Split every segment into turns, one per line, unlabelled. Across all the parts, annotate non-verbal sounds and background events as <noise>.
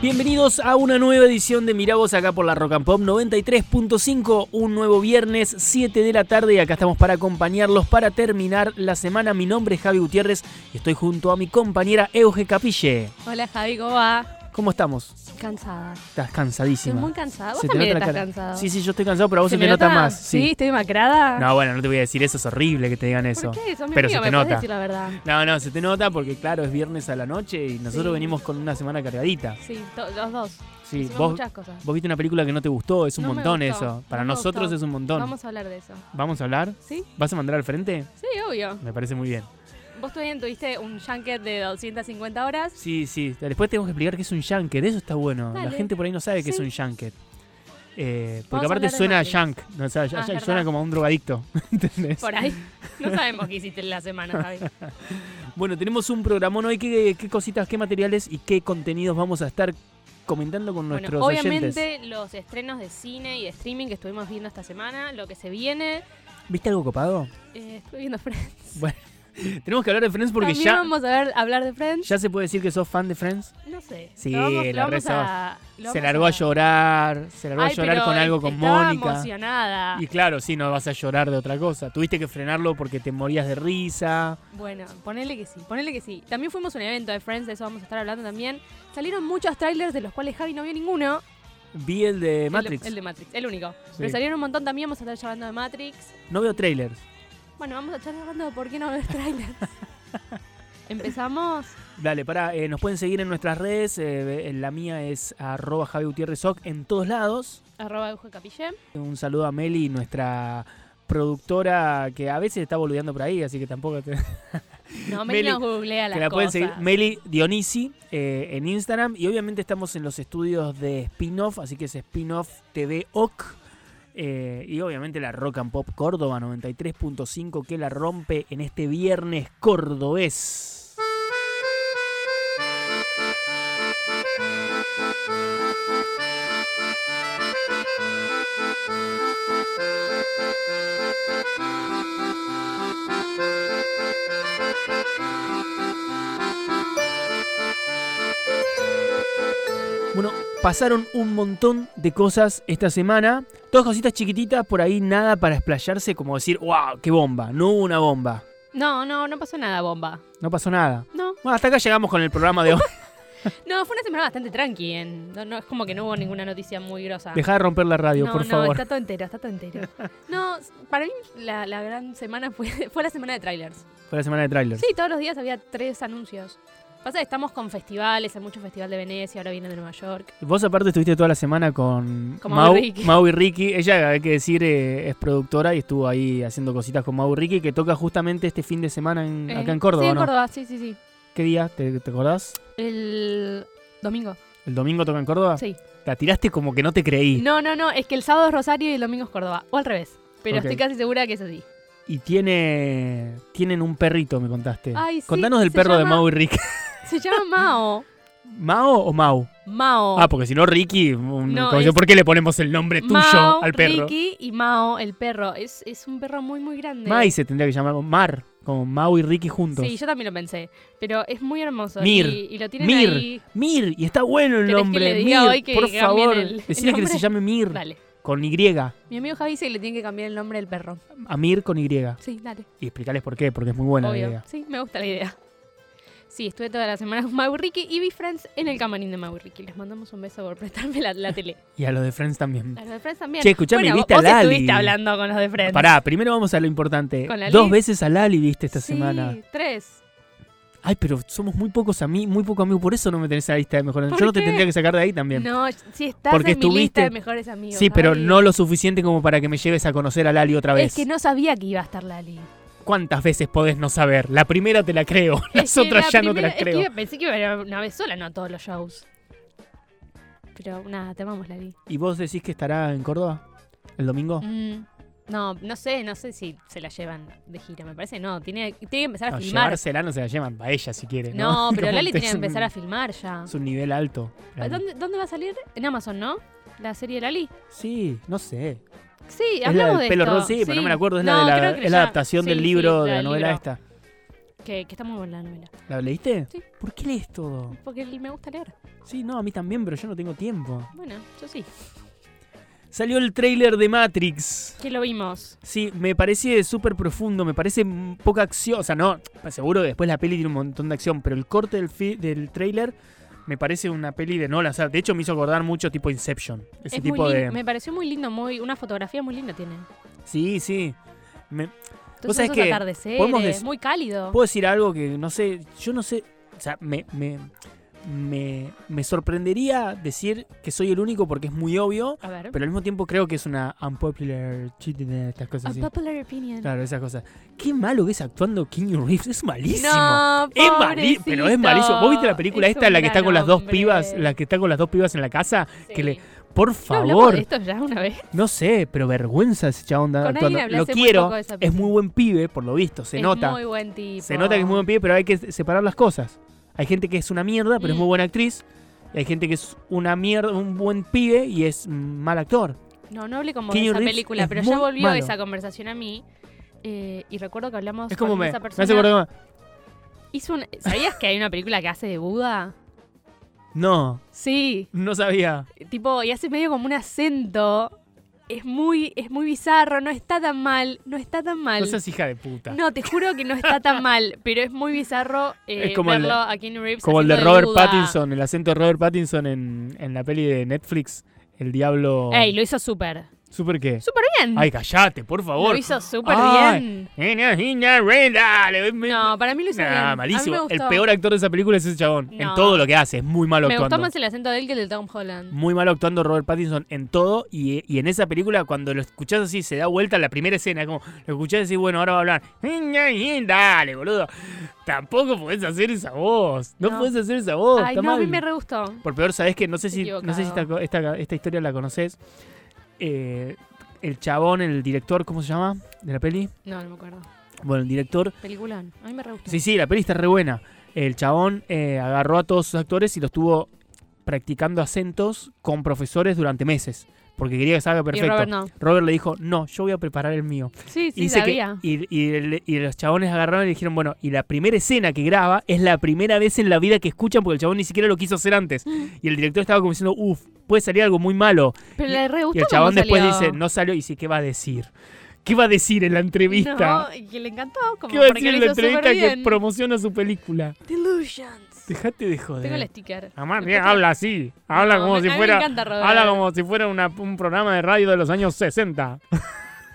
Bienvenidos a una nueva edición de Mirabos acá por la Rock and Pop 93.5, un nuevo viernes 7 de la tarde y acá estamos para acompañarlos para terminar la semana. Mi nombre es Javi Gutiérrez y estoy junto a mi compañera Euge Capille.
Hola Javi, ¿cómo va?
¿Cómo estamos?
Cansada.
Estás
Estoy
cansadísima.
muy cansada. Vos
Se te
también
nota la
estás
cara.
cansado.
Sí, sí, yo estoy cansado, pero a vos se,
me
te nota, más.
Sí, estoy macrada.
No, bueno, no te voy a decir eso, es horrible que te digan eso.
¿Por qué? Sos mi
Pero
amigo,
se te
me podés
nota.
decir la verdad.
No, no, se te nota porque claro, es viernes a la noche y nosotros
Sí.
venimos con una semana cargadita.
Sí, to- los dos.
Sí,
Hicimos
vos,
muchas cosas.
vos viste una película que no te gustó, es un
No me
montón
gustó,
eso.
no
Para
me
nosotros
gustó.
es un montón. ¿Vamos?
Vamos a hablar de eso.
a hablar?
¿Sí?
¿Vas a mandar al frente?
Sí, obvio.
Me parece muy bien.
Vos también tuviste un junket de 250 horas.
Sí, sí. Después tenemos que explicar qué es un junket, eso está bueno. La
Dale.
gente por ahí no sabe qué es
Sí.
un junket. Eh, porque
Vamos a
aparte
hablar de
suena a
Matrix. Ah,
junk, o sea, ya-
es
ya-
verdad.
suena como a un drogadicto, <laughs> ¿entendés?
Por ahí. No sabemos qué hiciste en la semana,
<laughs>
Javi.
Bueno, tenemos un programón hoy, ¿qué, qué cositas, qué materiales y qué contenidos vamos a estar comentando con nuestros
bueno, obviamente
oyentes?
los estrenos de cine y de streaming que estuvimos viendo esta semana, lo que se viene.
¿Viste algo
<laughs>
copado?
Eh, estuve viendo Friends.
Bueno, Tenemos que hablar de Friends porque
También
ya,
vamos a ver, hablar de Friends.
ya se puede decir que sos fan de Friends.
No sé.
Sí,
Lo vamos- lo
la
vamos
rezaba.
a- lo
Se
vamos
largó a llorar, se largó
Ay,
a llorar
pero
con algo con
estaba
Mónica.
emocionada.
Y claro, sí, no vas a llorar de otra cosa. Tuviste que frenarlo porque te morías de risa.
Bueno, ponele que sí, ponele que sí. También fuimos a un evento de Friends, de eso vamos a estar hablando también. Salieron muchos trailers de los cuales Javi no vio ninguno.
Vi el de
El de-
Matrix.
El, de Matrix, el único.
Sí.
Pero salieron un montón también, vamos a estar hablando de Matrix.
No veo trailers.
Bueno, vamos a estar hablando de por qué
<laughs>
no ves trailers. Empezamos.
Dale, pará, eh, nos pueden seguir en nuestras redes. eh, eh, la mía es arroba Javi Gutiérrez Soc en todos lados.
Arroba Euge Capille.
Un saludo a Meli, nuestra productora que a veces está boludeando por ahí, así que tampoco te...
No, Meli
Meli,
nos googlea las
que la pueden
cosas.
seguir Meli Dionisi eh, en Instagram y obviamente estamos en los estudios de Spin-Off, así que es Spin-Off TV OC eh, y obviamente la Rock and Pop Córdoba 93.5 que la rompe en este viernes cordobés. Bueno, pasaron un montón de cosas esta semana. Dos cositas chiquititas, por ahí nada para explayarse, como decir, wow, qué bomba. No hubo una bomba.
No, no, no pasó nada, bomba.
No pasó nada.
No,
Bueno, hasta acá llegamos con el programa
<laughs>
de hoy.
no, fue una semana bastante tranqui. en- no, no, es como que no hubo ninguna noticia muy grosa.
Dejá de romper la radio,
no,
por
no,
favor.
está todo entero, está todo
<laughs>
entero. No, s- para mí la, la gran semana fue, <laughs> fue la semana de trailers.
Fue la semana de trailers.
Sí, todos los días había tres anuncios. Pasa que estamos con festivales, hay mucho festival de Venecia, ahora viene de Nueva York.
Vos aparte estuviste toda la semana con
Con Mau y Ricky.
Mau y Ricky. Ella, hay que decir, eh, es productora y estuvo ahí haciendo cositas con Mau y Ricky, que toca justamente este fin de semana en-
Eh,
acá en Córdoba,
Sí, en
¿no?
Córdoba, sí, sí, sí.
¿Qué día? ¿Te, te acordás?
El domingo,
¿El domingo toca en Córdoba?
sí.
La tiraste como que no te creí.
No, no, no, es que el sábado es Rosario y el domingo es Córdoba, o al revés. Pero
Ok.
estoy casi segura que es así.
Y tiene tienen un perrito, me contaste.
Ay, sí,
Contanos del
se
perro de
llama-
Mau y Ricky. <laughs>
Se llama Mao.
¿Mao o Mau?
Mao.
Ah, porque si no Ricky, un-
No,
como yo,
es-
¿por qué le ponemos el nombre tuyo
Mao,
al perro?
Ricky y Mao, el perro. Es, es un perro muy, muy grande.
Mai se tendría que llamar Mar, como Mau y Ricky juntos.
Sí, yo también lo pensé. Pero es muy hermoso.
Mir,
Y, y lo tienen
Mir.
ahí.
Mir, y está bueno el
¿Querés que
nombre.
le diga
Mir,
hoy que
por
cambien
favor,
el- el
decirle que
nombre?
se llame Mir
Dale.
con Y.
Mi amigo Javi dice que le tiene que cambiar el nombre del perro.
A Mir con Y.
Sí, dale.
Y explicarles por qué, porque es muy buena la
Obvio.
idea.
Sí, me gusta la idea. Sí, estuve toda la semana con Mau y Ricky y vi Friends en el camarín de Mau y Ricky. Les mandamos un beso por prestarme la, la
<laughs>
tele.
Y a los de Friends también.
A los de Friends también.
Che, escuchame,
bueno,
¿viste a
vos
Lali?
estuviste hablando con los de Friends.
Pará, primero vamos a lo importante.
Con Lali.
Dos veces a Lali viste esta
Sí,
semana.
tres.
Ay, pero somos muy pocos a mí, muy poco amigos, por eso no me tenés en la lista de mejores.
¿Por
Yo no te
qué?
tendría que sacar de ahí también.
No, sí estás
Porque
en mi
estuviste-
lista de mejores amigos.
sí, pero
Javi.
no lo suficiente como para que me lleves a conocer a Lali otra vez.
Es que no sabía que iba a estar Lali.
¿Cuántas veces podés no saber? La primera te la creo, <laughs> las
Es que
otras
la
ya no te las
primera- es que
creo.
iba- pensé que iba a ir una vez sola, no a todos los shows. Pero nada, te amamos, Lali.
¿Y vos decís que estará en Córdoba el domingo?
Mm, no, no sé, no sé si se la llevan de gira, me parece. No, tiene, tiene que empezar a
No,
filmar.
llevársela no se la llevan, a ella si quiere. No, <laughs>
No, pero
Como
Lali
te-
tiene que empezar a filmar ya.
Es un nivel alto. Lali.
¿Dónde, dónde va a salir? En Amazon, ¿no? La serie de Lali.
Sí, no sé.
Sí,
es la
hablamos
del
de
pelo
esto.
rojo, sí, pero no me la acuerdo. Es
No,
la, de la,
creo que
es la
ya-
adaptación
sí,
del
sí,
libro, de la
del
novela
libro.
esta.
Que, que está muy buena la novela.
¿La leíste?
Sí.
¿Por qué lees todo?
Porque me gusta leer.
Sí, no, a mí también, pero yo no tengo tiempo.
Bueno, yo sí.
Salió el tráiler de Matrix.
Que lo vimos.
Sí, me parece súper profundo, me parece mm, poca acción. O sea, no, seguro que después la peli tiene un montón de acción, pero el corte del, fi- del trailer me parece una peli de Nolan. O sea, de hecho me hizo acordar mucho tipo Inception. Ese
Es muy
tipo
lin-
de...
Me pareció muy lindo, muy una fotografía muy linda tiene.
Sí, sí. Me- sabés
Entonces esos
que podemos
atardeceres,
dec-
muy cálido.
Puedo decir algo que no sé, yo no sé, o sea, me, me, me, me sorprendería decir que soy el único porque es muy obvio,
A ver.
pero al mismo tiempo creo que es una unpopular cheating, estas cosas
A
así.
popular opinion.
Claro, esas cosas. Qué malo que es actuando Keanu Reeves, es malísimo.
No,
Es malísimo, pero es malísimo. ¿Vos viste la película esta, la que está con las dos pibas, la que está con las dos pibas en la casa? que le- Por favor,
Favor. esto ya una vez.
no sé, pero vergüenza ese chabón
Con
actuando.
alguien hablé
Lo
hace muy
quiero,
poco de esa
es
peli.
muy buen pibe, por lo visto, se
Es
nota.
Muy buen tipo.
Se nota que es muy buen pibe, pero hay que separar las cosas. Hay gente que es una mierda, pero es
Mm.
muy buena actriz. Y hay gente que es una mierda, un buen pibe y es mm, mal actor.
No, no hablé como de
Keanu
esa
Reeves
película,
es
pero
muy
ya volvió
malo.
esa conversación a mí. eh, y recuerdo que hablamos
Es como
con
me,
esa
me
persona.
hace acordar-
hizo un- ¿Sabías que hay una película que hace de Buda?
No,
Sí.
no sabía.
Tipo, y hace medio como un acento. Es muy, es muy bizarro, no está tan mal, no está tan mal.
No seas hija de puta.
No, te juro que no está tan mal, pero es muy bizarro
<laughs>
eh,
Es como el-
verlo a Keanu Reeves.
como el de
haciendo
Robert
Buda.
Pattinson, el acento de Robert Pattinson en, en la peli de Netflix, El Diablo.
Ey, lo hizo súper.
¿Súper qué?
Súper bien.
Ay, callate, por favor.
Lo hizo súper
Ay.
bien.
Niña, niña, Brenda, le- me-
No, para mí lo hizo
Nah,
bien. A mí me
malísimo. El
gustó.
peor actor de esa película es ese chabón. En
No.
todo lo que hace, es muy malo
Me
actuando.
gustó más el acento de él que el de Tom Holland.
Muy malo actuando Robert Pattinson en todo. Y, y en esa película, cuando lo escuchás así, se da vuelta la primera escena. Como lo escuchás y decís, bueno, ahora va a hablar. Niña, niña, Dale, boludo. Tampoco podés hacer esa voz. No,
No.
podés hacer esa voz.
Ay,
está
no, a mí
mal.
me re gustó.
Por peor, sabés que no sé si, no sé si esta,
Equivocado.
co- esta, esta historia la conoces. Eh, el chabón, el director, ¿cómo se llama? De la peli.
No, no me acuerdo.
Bueno, el director.
Peliculón. A mí me re gustó.
Sí, sí, la peli está re buena. El chabón eh, agarró a todos sus actores y los tuvo practicando acentos con profesores durante meses. Porque quería que salga
Y
perfecto.
Robert
Robert,
no.
le dijo, no, yo voy a preparar el mío.
Sí, sí,
Y dice que-
sabía.
y, y el- y los chabones agarraron y dijeron, bueno, y la primera escena que graba es la primera vez en la vida que escuchan porque el chabón ni siquiera lo quiso hacer antes.
Mm.
Y el director estaba como diciendo, uff, puede salir algo muy malo.
Pero le re gustó.
y el
cómo
chabón después
salió.
dice, no salió, y dice, ¿qué va a decir? ¿Qué va a decir en la entrevista?
No, y que le encantó. Como
¿Qué va a
porque
decir en
lo
la
hizo súper
entrevista que
bien.
promociona su película?
Delusions.
Dejate de joder.
Tengo el sticker.
Además,
Lo
mira,
escucho-
habla así. Habla
No,
como
me-
si
a mí me
fuera.
encanta eh. Robert.
Habla como si fuera una- un programa de radio de los años 60.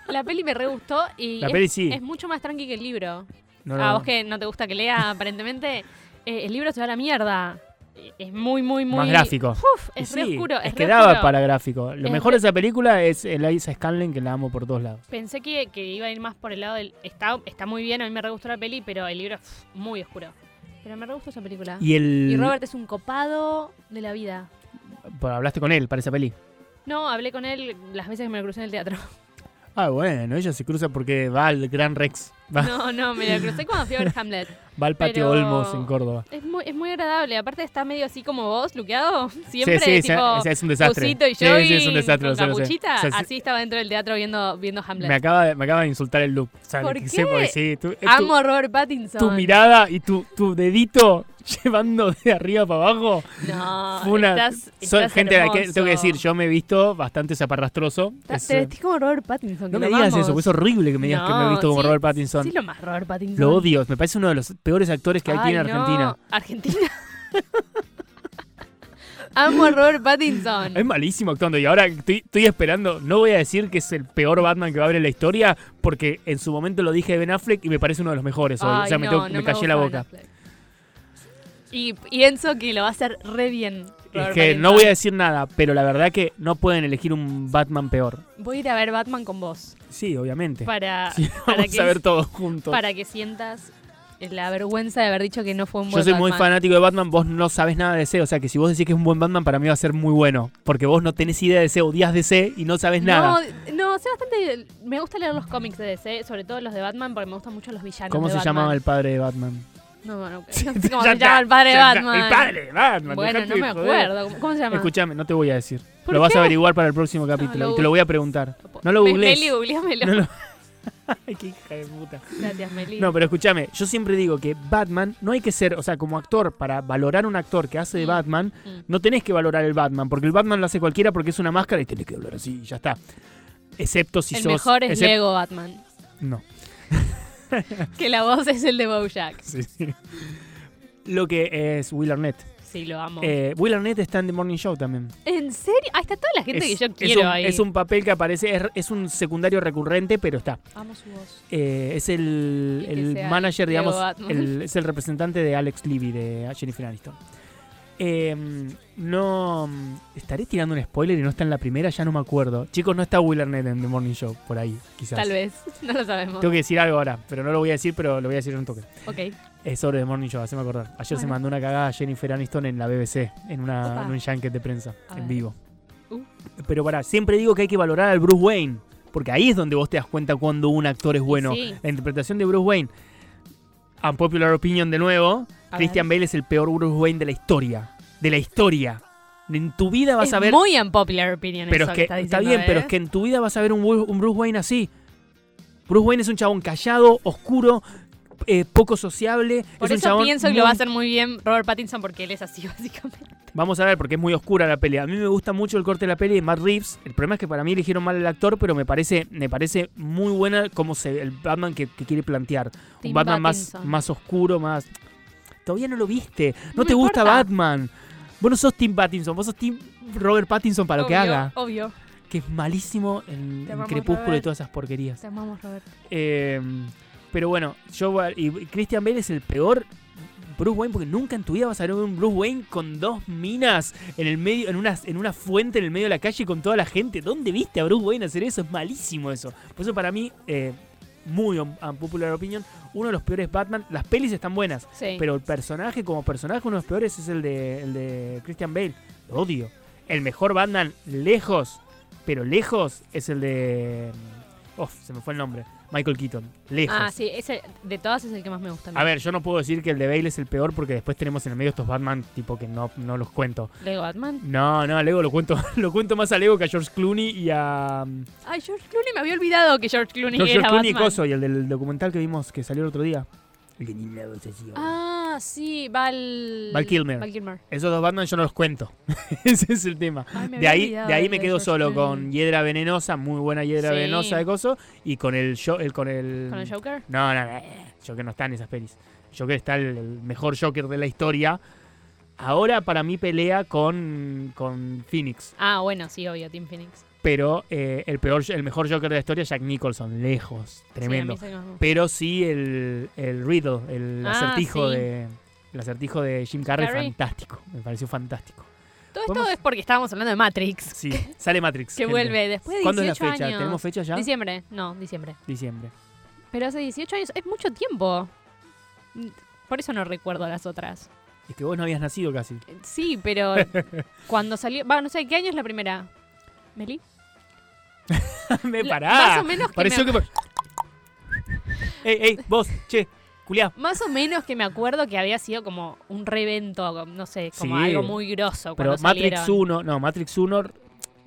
La peli me re gustó y
La
es,
peli sí.
es mucho más tranqui que el libro.
No,
A
no,
vos que no te gusta
<laughs>
que lea, aparentemente, eh, el libro se va a la mierda. Eh, Es muy, muy, muy...
Más gráfico.
Uf, es
Y
re
sí,
oscuro. Es,
Es
re
que daba
oscuro.
para gráfico. Lo
Es
mejor
re-
de esa película es Eliza Scanlon, que la amo por todos lados.
Pensé que, que iba a ir más por el lado del... Está, está muy bien, a mí me re gustó la peli, pero el libro es muy oscuro. Pero me re gustó esa película.
Y el.
Y Robert es un copado de la vida.
Bueno, hablaste con él para esa peli.
No, hablé con él las veces que me lo crucé en el teatro. <laughs>
Ah, bueno, ella se cruza porque va al Gran Rex. Va,
No, no, me lo crucé cuando fui a ver Hamlet.
va al patio
pero-
Olmos en Córdoba.
Es muy, es muy agradable. Aparte está medio así como vos, luqueado.
Sí,
Siempre,
sí, sí,
tipo,
es, es un desastre.
Cosito y
Sí,
yo
sí, es un desastre. lo
con
sé, lo sé.
capuchita.
O sea, sí,
Así estaba dentro del teatro viendo, viendo Hamlet.
me, acaba de, me acaba de insultar el look. O sea,
¿Por
que sé,
qué?
porque sí, tú- es tu-
Amo a Robert Pattinson.
tu mirada y tu, tu dedito <laughs> llevando de arriba para abajo.
No,
Fue una-
Ah, estás,
Soy-
estás
gente, hay que- tengo que
hermoso.
decir, yo me he visto bastante zaparrastroso.
Ta-
Es,
te
eh,
vestís como Robert Pattinson.
no
que
me
lo
digas
amamos.
eso, porque es horrible que me digas que me he
No,
visto como
sí,
Robert Pattinson.
Sí, lo más Robert Pattinson.
Lo odio, me parece uno de los peores actores que hay aquí en
Ay, no,
Argentina.
Argentina. <laughs> Amo a Robert Pattinson.
Es malísimo actuando y ahora estoy, estoy esperando, no voy a decir que es el peor Batman que va a haber en la historia, porque en su momento lo dije de Ben Affleck y me parece uno de los mejores hoy. o
Ay,
sea, me,
no,
tengo-
no
me callé la
gusta
boca.
Ben Affleck. Y pienso que lo va a hacer re bien.
Es
Robert
que no
Pattinson.
voy a decir nada, pero la verdad que no pueden elegir un Batman peor.
Voy a ir a ver Batman con vos.
Sí, obviamente.
Para,
<laughs> Sí,
para,
vamos
que,
a ver todos juntos.
para que sientas la vergüenza de haber dicho que no fue un
Yo
buen
soy muy
Batman.
fanático de Batman, vos no sabes nada de DC, o sea que si vos decís que es un buen Batman para mí va a ser muy bueno, porque vos no tenés idea de DC, odias DC y no sabes nada.
No, no, sé bastante. Me gusta leer los cómics de DC, sobre todo los de Batman, porque me gustan mucho los villanos.
¿Cómo
de
se
Batman.
llamaba el padre de Batman?
No,
<laughs>
no, no sé <laughs> ¿Cómo se llama el padre de
Ya está,
Batman?
El padre de Batman.
Bueno,
dejate
no
de
me
joder.
acuerdo. ¿Cómo- ¿Cómo se llama?
Escuchame, no te voy a decir.
¿Por
Lo vas
qué?
a averiguar para el próximo capítulo
lo
y te lo voy a preguntar. No lo
Me-
googlees.
Meli, googleamelo.
No lo- <laughs> Ay, qué hija de puta.
Gracias, Meli.
No, pero escúchame, yo siempre digo que Batman no hay que ser, o sea, como actor, para valorar un actor que hace de
Mm.
Batman,
Mm.
no tenés que valorar el Batman, porque el Batman lo hace cualquiera porque es una máscara y tenés que hablar así y ya está. Excepto si
el
sos.
mejor es
excep-
Lego Batman.
No. <laughs>
Que la voz es el de Bojack.
Sí, sí. Lo que es Will Arnett.
Sí, lo amo.
Eh, Will Arnett está en The Morning Show también.
¿En serio? Ahí está toda la gente que yo quiero
un,
ahí.
es un papel que aparece, es, es un secundario recurrente, pero está.
Amo su voz.
Eh, es el,
Y que
el
sea
manager,
Leo
digamos,
Batman.
el- es el representante de Alex Levy, de Jennifer Aniston. Eh, no. Estaré tirando un spoiler y no está en la primera, ya no me acuerdo. Chicos, no está Will Arnett en The Morning Show, por ahí, quizás.
Tal vez. <laughs> No lo sabemos.
Tengo que decir algo ahora, pero no lo voy a decir, pero lo voy a decir en un toque.
Ok.
Es sobre The Morning Show, haceme acordar. Ayer se
Bueno.
mandó una cagada a Jennifer Aniston en la BBC, en, una,
Opa.
en un junket de prensa,
A
en
ver.
vivo.
Uh.
Pero pará, siempre digo que hay que valorar al Bruce Wayne, porque ahí es donde vos te das cuenta cuando un actor es bueno.
sí.
La interpretación de Bruce Wayne, unpopular opinion de nuevo,
A
Christian Bale es el peor Bruce Wayne de la historia. De la historia. En tu vida vas
es
a ver...
muy unpopular opinion
Pero
eso
es
que
que,
estás
está
diciendo,
bien, pero
¿eh?
es que en tu vida vas a ver un, Bru- un Bruce Wayne así. Bruce Wayne es un chabón callado, oscuro, eh, poco sociable.
Por
es un
eso
chabón
pienso que lo va a
muy-
hacer muy bien Robert Pattinson porque él es así, <laughs> básicamente.
Vamos a ver, porque es muy oscura la peli. A mí me gusta mucho el corte de la peli de Matt Reeves. El problema es que para mí eligieron mal al actor, pero me parece, me parece muy buena como se, el Batman que, que quiere plantear.
Tim
un Batman más,
Pattinson.
más oscuro, más... Todavía no lo viste. No,
No
te
me
gusta
importa.
Batman. Vos no sos Tim Pattinson, vos sos Tim Robert Pattinson para lo que
Obvio,
haga.
Obvio.
Que es malísimo en, en
Te amamos,
Crepúsculo y
Robert.
todas esas porquerías.
Te amamos, Robert.
Eh, pero bueno, yo va- y Christian Bale es el peor Bruce Wayne porque nunca en tu vida vas a ver un Bruce Wayne con dos minas en el medio, en una, en una fuente en el medio de la calle con toda la gente. ¿Dónde viste a Bruce Wayne hacer eso? Es malísimo eso. Por eso para mí, eh, muy un- unpopular opinion, uno de los peores Batman. Las pelis están buenas,
Sí.
pero el personaje como personaje, uno de los peores es el de, el de Christian Bale. Lo odio. El mejor Batman, lejos, pero lejos, es el de... Oh, se me fue el nombre. Michael Keaton. Lejos.
ah, sí, ese de todas es el que más me gusta. mí.
A ver, yo no puedo decir que el de Bale es el peor porque después tenemos en el medio estos Batman tipo que no, no los cuento.
Lego Batman.
No, no, a Lego lo cuento, <laughs> lo cuento más a Lego que a George Clooney y a... mm,
Ay, George Clooney me había olvidado que George Clooney
No,
era
George Clooney y
Batman.
Coso y el del documental que vimos que salió el otro día. El que ni la voz hacía.
Ah, sí, Val.
Val Kilmer.
Val Kilmer.
Esos dos Batman yo no los cuento. <laughs> Ese es el tema.
Ay,
De
me había
ahí,
olvidado
de ahí
del
me
de
quedo
George
solo
Clooney.
con Hiedra Venenosa, muy buena Hiedra
Sí.
Venenosa de Coso, y con el, yo- el con el...
¿Con el Joker?
No, no, no. Joker no está en esas pelis. Joker está el, el mejor Joker de la historia. Ahora para mí pelea con, con Phoenix.
Ah, bueno, sí, obvio, Tim Phoenix.
Pero eh, el, peor, el mejor Joker de la historia, Jack Nicholson. Lejos. Tremendo.
Sí, a mí se me-
Pero sí el, el Riddle, el
Ah,
acertijo
sí.
de. El acertijo de Jim Carrey,
Carrey.
fantástico. Me pareció fantástico.
Todo esto
Podemos-
es porque estábamos hablando de Matrix. <laughs>
Sí, sale Matrix.
Que
gente.
vuelve después de 18
¿Cuándo es la fecha?
años.
¿Tenemos fecha ya?
Diciembre, no, diciembre.
Diciembre.
Pero hace 18 años es mucho tiempo. Por eso no recuerdo las otras.
Es que vos no habías nacido casi.
Eh, Sí, pero cuando salió. Va, no sé, ¿qué año es la primera? ¿Meli?
<laughs> me
La-
pará.
Más o menos que,
Pareció
me,
que. ¡Ey, ey! Vos, che, culiá.
más o menos que me acuerdo que había sido como un revento, no sé, como
Sí.
algo muy grosso.
Pero
cuando
Matrix
salieron.
1, no, Matrix 1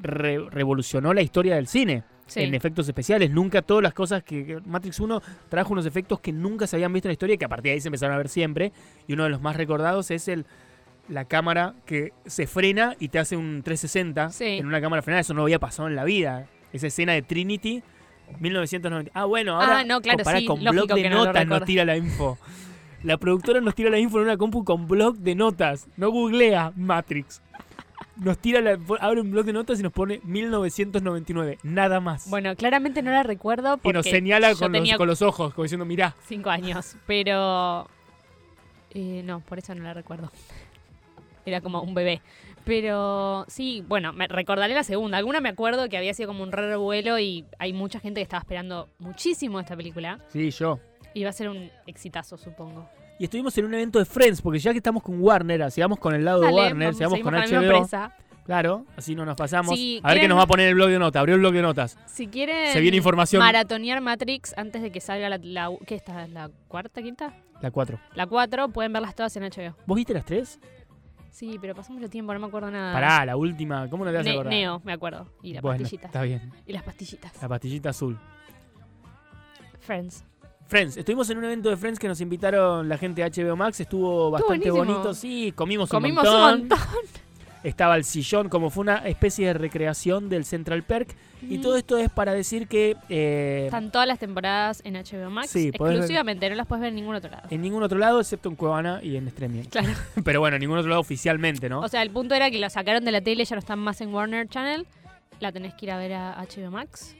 re- revolucionó la historia del cine
Sí.
en efectos especiales. Nunca todas las cosas que. que Matrix 1 trajo unos efectos que nunca se habían visto en la historia y que a partir de ahí se empezaron a ver siempre. Y uno de los más recordados es el. La cámara que se frena y te hace un 360
Sí.
en una cámara frenada. Eso no había pasado en la vida. Esa escena de Trinity, 1990. Ah, bueno,
Ah,
ahora
no, claro,
compará
sí,
con
lógico
blog de
que no lo
notas nos
recuerdo.
tira la info. La productora nos tira la info en una compu con blog de notas. No googlea Matrix. Nos tira la, abre un blog de notas y nos pone 1999. Nada más.
Bueno, claramente no la recuerdo
y
porque
nos señala
yo
con los,
tenía
con los ojos, como diciendo, mirá.
cinco años, pero eh, no, por eso no la recuerdo. Era como un bebé. Pero sí, bueno, me recordaré la segunda. Alguna me acuerdo que había sido como un re revuelo y hay mucha gente que estaba esperando muchísimo esta película.
Sí, yo.
Y va a ser un exitazo, supongo.
Y estuvimos en un evento de Friends, porque ya que estamos con Warner, sigamos con el lado de
Dale,
Warner,
vamos,
sigamos
seguimos
con
la misma
HBO.
empresa.
Claro, así no nos pasamos.
Sí,
a ver qué
¿quieren-
nos va a poner el blog de notas. Abrió el blog de notas.
Si quieren
Se viene información.
maratonear Matrix antes de que salga la, la ¿qué está? ¿La cuarta, quinta?
La 4.
La cuatro, pueden verlas todas en HBO.
¿Vos viste las tres?
Sí, pero pasó mucho tiempo, no me acuerdo nada.
Pará, la última. ¿Cómo no te vas a
Ne-
acordar?
Neo, me acuerdo. Y las
bueno,
pastillitas.
está bien.
Y las pastillitas.
La pastillita azul.
Friends.
Friends, estuvimos en un evento de Friends que nos invitaron la gente de HBO Max, estuvo bastante
buenísimo.
bonito, sí, comimos,
Comimos
un, montón,
un montón.
estaba el sillón, como fue una especie de recreación del Central Perk, y todo esto es para decir que eh,
Están todas las temporadas en HBO Max.
Sí, podés ver-
exclusivamente, no las puedes ver en ningún otro lado.
en ningún otro lado, excepto en Cuevana y en Streaming,
<laughs> Claro.
<laughs> pero bueno, en ningún otro lado oficialmente, ¿no?
O sea, el punto era que la sacaron de la tele, ya no están más en Warner Channel. La tenés que ir a ver a HBO Max.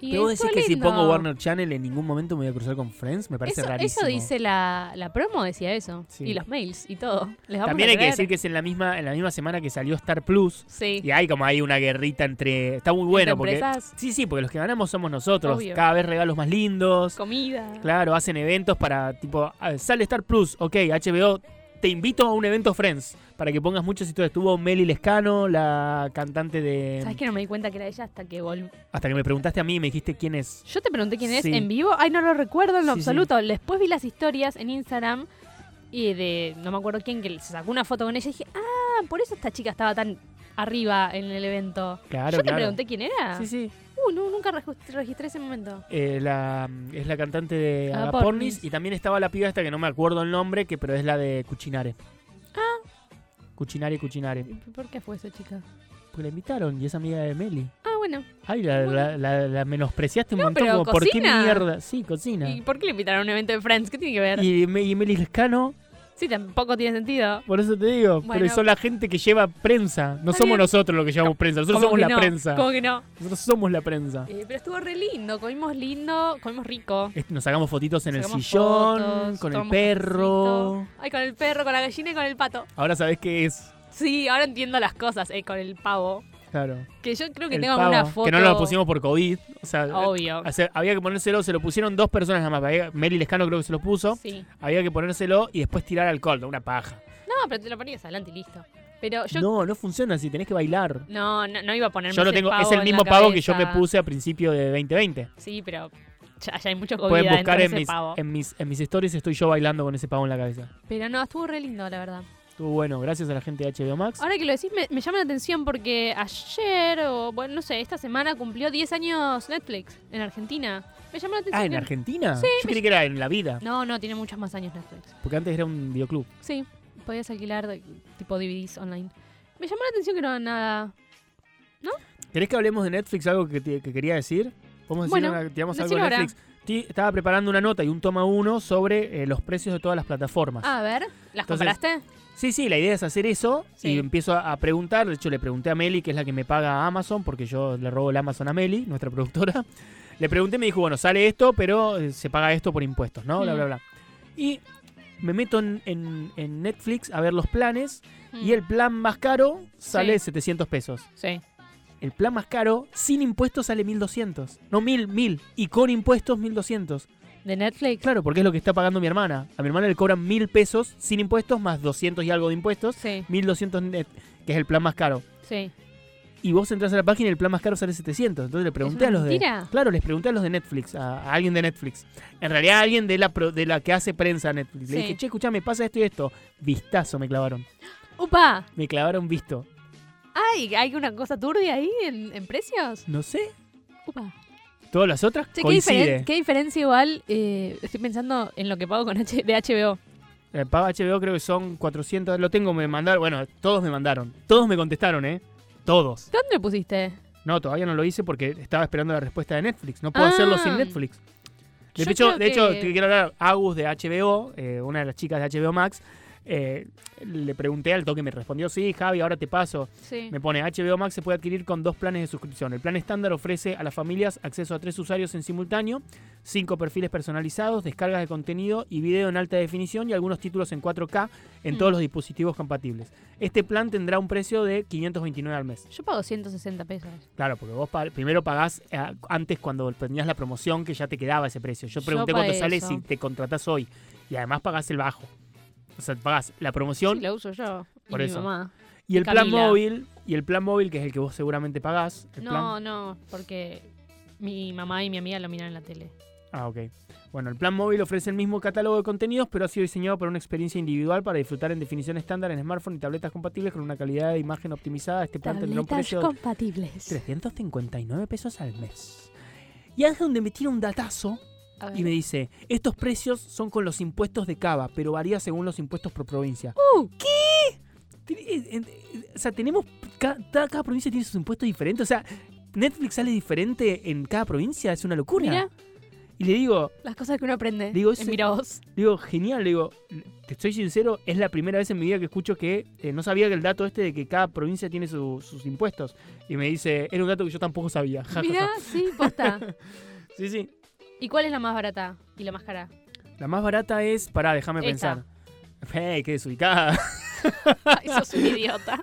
Y
Debo decir
estuvo
que si
lindo.
pongo Warner Channel en ningún momento me voy a cruzar con Friends, me parece
Eso,
rarísimo.
eso dice la, la promo, decía eso.
Sí.
Y los mails y todo. Les vamos
También
a
hay que
creer.
decir que es en la misma en la misma semana que salió Star Plus
Sí.
y hay como hay una guerrita entre está muy bueno
Entre
porque
empresas,
Sí, sí, porque los que ganamos somos nosotros.
Obvio.
Cada vez regalos más lindos.
comida.
Claro, hacen eventos para, tipo, a ver, sale Star Plus, ok, HBO, te invito a un evento Friends, para que pongas muchas historias. Estuvo Meli Lescano, la cantante
¿Sabes
de...
que no me di cuenta que era ella hasta que volví?
Hasta que me preguntaste a mí y me dijiste quién es.
Yo te pregunté quién es
Sí.
en vivo. Ay, no lo recuerdo en lo
Sí, sí.
absoluto. Después vi las historias en Instagram y de no me acuerdo quién que se sacó una foto con ella y dije, ah, por eso esta chica estaba tan arriba en el evento.
Claro,
Yo te
claro.
pregunté quién era.
Sí, sí.
Uh, no, nunca regu- registré ese momento.
Eh, la, es la cantante de
Ah,
Agapornis
Pornis.
y también estaba la piba esta que no me acuerdo el nombre, que pero es la de Cuchinare. Ah. Cuchinare, Cuchinare.
¿Y ¿Por qué fue esa chica?
Pues la invitaron y es amiga de Meli.
Ah, bueno.
Ay, la, la- la- la menospreciaste un montón.
pero
como, ¿Por qué
cocina.
mierda? Sí, cocina.
¿Y por qué le invitaron a un evento de Friends? ¿Qué tiene que ver?
Y, Me- y Meli Lescano,
Sí, tampoco tiene sentido.
por eso te digo,
Bueno.
pero son la gente que lleva prensa. No
Está
somos
bien.
nosotros los que llevamos prensa,
Como
nosotros somos
que
la
no,
prensa.
Como que no.
Nosotros somos la prensa.
Eh, pero estuvo re lindo. Comimos lindo, comimos rico.
Es- Nos sacamos fotitos en el
Sacamos
sillón,
fotos,
con el
tomamos
perro.
cafecito. Ay, con el perro, con la gallina y con el pato.
Ahora sabés qué es.
Sí, ahora entiendo las cosas. eh, con el pavo.
Claro.
Que yo creo que
el
tengo
pavo,
una foto.
Que no lo pusimos por COVID. O sea,
Obvio.
hace- había que ponérselo, se lo pusieron dos personas nada más. Había- Meli Lescano creo que se lo puso.
Sí.
Había que ponérselo y después tirar alcohol, una paja.
No, pero te lo ponías adelante y listo. Pero yo.
No, no funciona así, tenés que bailar.
No, no, no iba a ponerme
Yo lo
ese
tengo,
pavo
es el
en
mismo
la
pavo que yo me
cabeza.
puse a principio de 2020.
Sí, pero ya, ya hay mucho COVID
Pueden
adentro
buscar
de
en
ese
mis,
pavo.
en, mis, en mis stories, estoy yo bailando con ese pavo en la cabeza.
Pero no, estuvo re lindo, la verdad.
Estuvo bueno, gracias a la gente de HBO Max.
Ahora que lo decís, me, me llama la atención porque ayer, o bueno, no sé, esta semana cumplió 10 años Netflix en Argentina. Me llama la atención.
Ah, ¿en
que-
Argentina?
Sí,
yo
me-
creí que era en la vida,
No, no, tiene muchos más años Netflix.
porque antes era un videoclub.
Sí, podías alquilar de- tipo DVDs online. Me llamó la atención que no nada.
¿Querés que hablemos de Netflix, algo que, te- que quería decir? Vamos a decir
Bueno,
una- tiramos algo
decilo
de
ahora.
Netflix. Ti- estaba preparando una nota y un toma uno sobre eh, los precios de todas las plataformas.
Ah, a ver, ¿las
Entonces-
compraste?
Sí, sí, la idea es hacer eso
Sí.
y empiezo a, a preguntar. De hecho, le pregunté a Meli, que es la que me paga a Amazon, porque yo le robo el Amazon a Meli, nuestra productora. Le pregunté, me dijo, bueno, sale esto, pero eh, se paga esto por impuestos, ¿no? Bla,
Mm.
bla, bla. Y me meto en, en- en Netflix a ver los planes
Mm,
y el plan más caro sale 700 pesos.
Sí.
El plan más caro sin impuestos sale 1200. No, 1000, 1000. Y con impuestos 1200.
¿De Netflix?
Claro, porque es lo que está pagando mi hermana. A mi hermana le cobran 1000 pesos sin impuestos más 200 y algo de impuestos.
Sí,
1200 net, que es el plan más caro.
sí.
Y vos entras a la página y el plan más caro sale 700. Entonces le pregunté
una
a los
mentira?
de. Claro, les pregunté a los de Netflix, a, a alguien de Netflix. En realidad, a alguien de la, pro- de la que hace prensa Netflix. Le
Sí.
dije, che, escuchame, pasa esto y esto. Vistazo me clavaron.
¡Upa!
Me clavaron visto.
¡Ay! ¿Hay una cosa turbia ahí en, en precios?
No sé.
¡Upa!
Todas las otras
Che, ¿qué, diferen-
coincide.
qué diferencia igual? eh, estoy pensando en lo que pago con H de HBO.
El pago HBO creo que son 400. Lo tengo, me mandaron. Bueno, todos me mandaron. Todos me contestaron, ¿eh? Todos.
¿Dónde pusiste?
No, todavía no lo hice porque estaba esperando la respuesta de Netflix. No puedo
Ah.
hacerlo sin Netflix. De
Yo
hecho,
creo
de hecho,
que-
te quiero hablar, Agus de HBO, eh, una de las chicas de HBO Max, eh, le pregunté al toque, me respondió, sí, Javi, ahora te paso.
Sí.
Me pone, HBO Max se puede adquirir con dos planes de suscripción. El plan estándar ofrece a las familias acceso a tres usuarios en simultáneo, cinco perfiles personalizados, descargas de contenido y video en alta definición y algunos títulos en 4K en
Mm.
todos los dispositivos compatibles. Este plan tendrá un precio de 529 al mes.
Yo pago 160 pesos.
Claro, porque vos pa- primero pagás eh, antes cuando tenías la promoción que ya te quedaba ese precio. Yo
Yo
pregunté
pa'
cuánto sale
eso.
si te contratás hoy. Y además pagás el bajo. O sea, pagás la promoción
Sí, lo uso yo. y
Por
mi
eso.
mamá.
y el plan
Camila.
móvil. Y el plan móvil, que es el que vos seguramente pagás. el
No,
plan-
no, porque mi mamá y mi amiga lo miran en la tele.
Ah, ok. Bueno, el plan móvil ofrece el mismo catálogo de contenidos, pero ha sido diseñado para una experiencia individual para disfrutar en definición estándar en smartphone y tabletas compatibles con una calidad de imagen optimizada. Este plan tendrá un precio de
compatibles.
359 pesos al mes. Y ahí es donde me tira un datazo
A ver.
y me dice, estos precios son con los impuestos de Cava, pero varía según los impuestos por provincia.
Uh,
Tiene- eh, eh, eh, O sea, tenemos, ca- ta- cada, provincia tiene sus impuestos diferentes. O sea, Netflix sale diferente en cada provincia, es una locura.
Mira
Y le digo,
las cosas que uno aprende.
Digo,
en
ese-
Mira vos.
le digo, genial, le digo, te estoy sincero, es la primera vez en mi vida que escucho que eh, no sabía que el dato este de que cada provincia tiene su- sus impuestos. Y me dice, era un dato que yo tampoco sabía. <laughs> Ja, ja,
Mira,
ja.
sí, posta.
<laughs> Sí, sí.
¿Y cuál es la más barata y la
<laughs>
más cara?
La más barata es, pará, déjame
Esta.
pensar. <laughs> ¡Ey, qué desubicada! <laughs>
Ay, sos un idiota.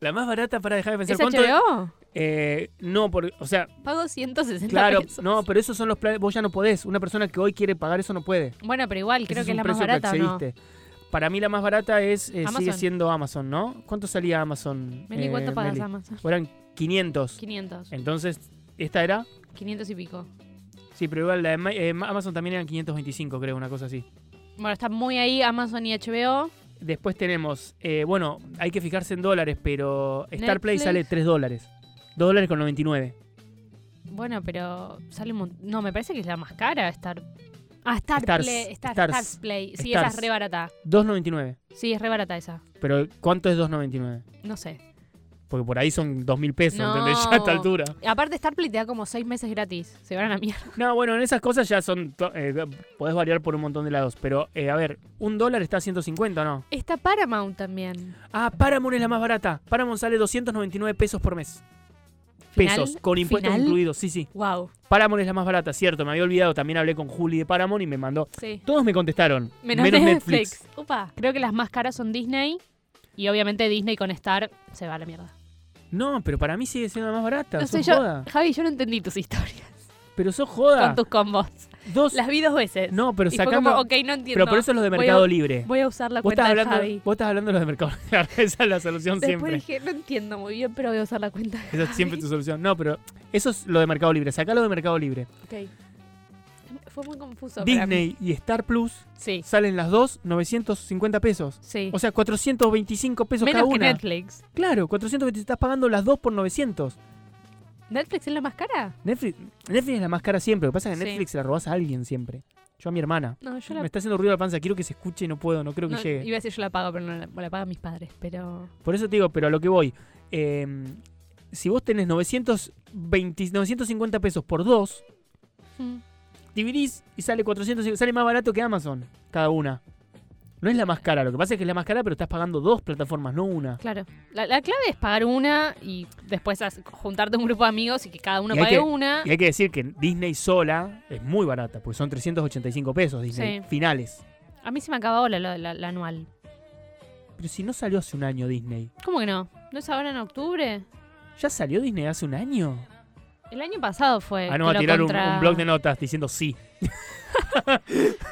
La más barata, pará, déjame pensar.
¿Es
¿Cuánto?
HBO?
Eh, no, por, o sea,
Pago 160
claro,
pesos.
no, pero esos son los planes. Vos ya no podés. Una persona que hoy quiere pagar eso no puede.
Bueno, pero igual, creo
Ese
que es
un
la más
precio que
barata, ¿o ¿no?
accediste. Para mí la más barata es eh, sigue
Amazon.
siendo Amazon, ¿no? ¿Cuánto salía Amazon?
Meli,
eh,
¿cuánto pagas
Meli?
Amazon?
Eran 500.
500.
Entonces, ¿esta era?
500 y pico.
Sí, pero igual la de Ma- eh, Amazon también eran 525, creo, una cosa así.
Bueno, está muy ahí Amazon y HBO.
Después tenemos, eh, bueno, hay que fijarse en dólares, pero Star Play
Netflix.
sale 3 dólares. 2 dólares con 99.
Bueno, pero sale un mon- No, me parece que es la más cara Star... Ah, Star
Stars,
Play. Star,
Stars,
Stars Play. Sí, esa
Stars.
es re barata.
2.99.
Sí, es re barata esa.
Pero ¿cuánto es 2.99?
No sé.
Porque por ahí son 2.000 pesos,
No.
¿entendés? <laughs> Ya a esta altura.
Aparte, Star Play te da como seis meses gratis. Se van a la mierda.
No, bueno, en esas cosas ya son... to- eh, podés variar por un montón de lados. Pero, eh, a ver, un dólar está a 150, ¿o ¿no?
Está Paramount también.
Ah, Paramount es la más barata. Paramount sale 299 pesos por mes.
Final,
Pesos, con impuestos
final.
incluidos. Sí, sí.
Wow.
Paramount es la más barata, cierto. Me había olvidado. También hablé con Juli de Paramount y me mandó...
Sí.
Todos me contestaron.
Menos, Netflix. Upa. Creo que las más caras son Disney. Y obviamente Disney con Star se va a la mierda.
No, pero para mí sigue siendo la más barata.
No sé,
sos
yo-
joda.
Javi, yo no entendí tus historias
Pero sos joda.
con tus combos.
Dos.
Las vi dos veces.
No, pero
y fue
sacamos.
como, ok, no entiendo.
pero por eso es los de
Voy a-
Mercado Libre.
Voy a usar la
Vos
cuenta
estás,
de
hablando,
Javi.
vos estás hablando de los de Mercado Libre. <laughs> Esa es la solución
Después
siempre.
dije, no entiendo muy bien, pero voy a usar la cuenta de
Esa es siempre tu solución. No, pero eso es lo de Mercado Libre. Sacá lo de Mercado Libre.
Javi. Ok. Fue muy confuso. para mí.
Disney y Star Plus
Sí,
salen las dos 950 pesos.
sí.
O sea, 425 pesos
Menos
cada
que
una.
Netflix.
Claro, 420 estás pagando las dos por 900.
¿Netflix es la más cara?
Netflix, Netflix es la más cara siempre. Lo que pasa es que
Sí.
Netflix se la robás a alguien siempre. Yo a mi hermana.
No, yo la
Me está haciendo ruido la panza. Quiero que se escuche y no puedo. No creo que
no,
llegue.
Iba a decir yo la pago, pero no la, la pagan mis padres. Pero.
Por eso te digo, pero a lo que voy. eh, si vos tenés 920, 950 pesos por dos,
mm,
dividís y sale 400, sale más barato que Amazon cada una. No es la más cara, lo que pasa es que es la más cara, pero estás pagando dos plataformas, no una.
Claro. La, la clave es pagar una y después as- juntarte un grupo de amigos y que cada uno
Y hay
pague
que-
una.
Y hay que decir que Disney sola es muy barata, porque son 385 pesos Disney
Sí.
finales.
A mí se me acabó la, la, la- la anual.
Pero si no salió hace un año Disney.
¿Cómo que no? ¿No es ahora en octubre?
¿Ya salió Disney hace un año?
El año pasado fue.
Ah, no,
Eh, que
va a
lo
tirar un-
contra-
un blog de notas diciendo sí.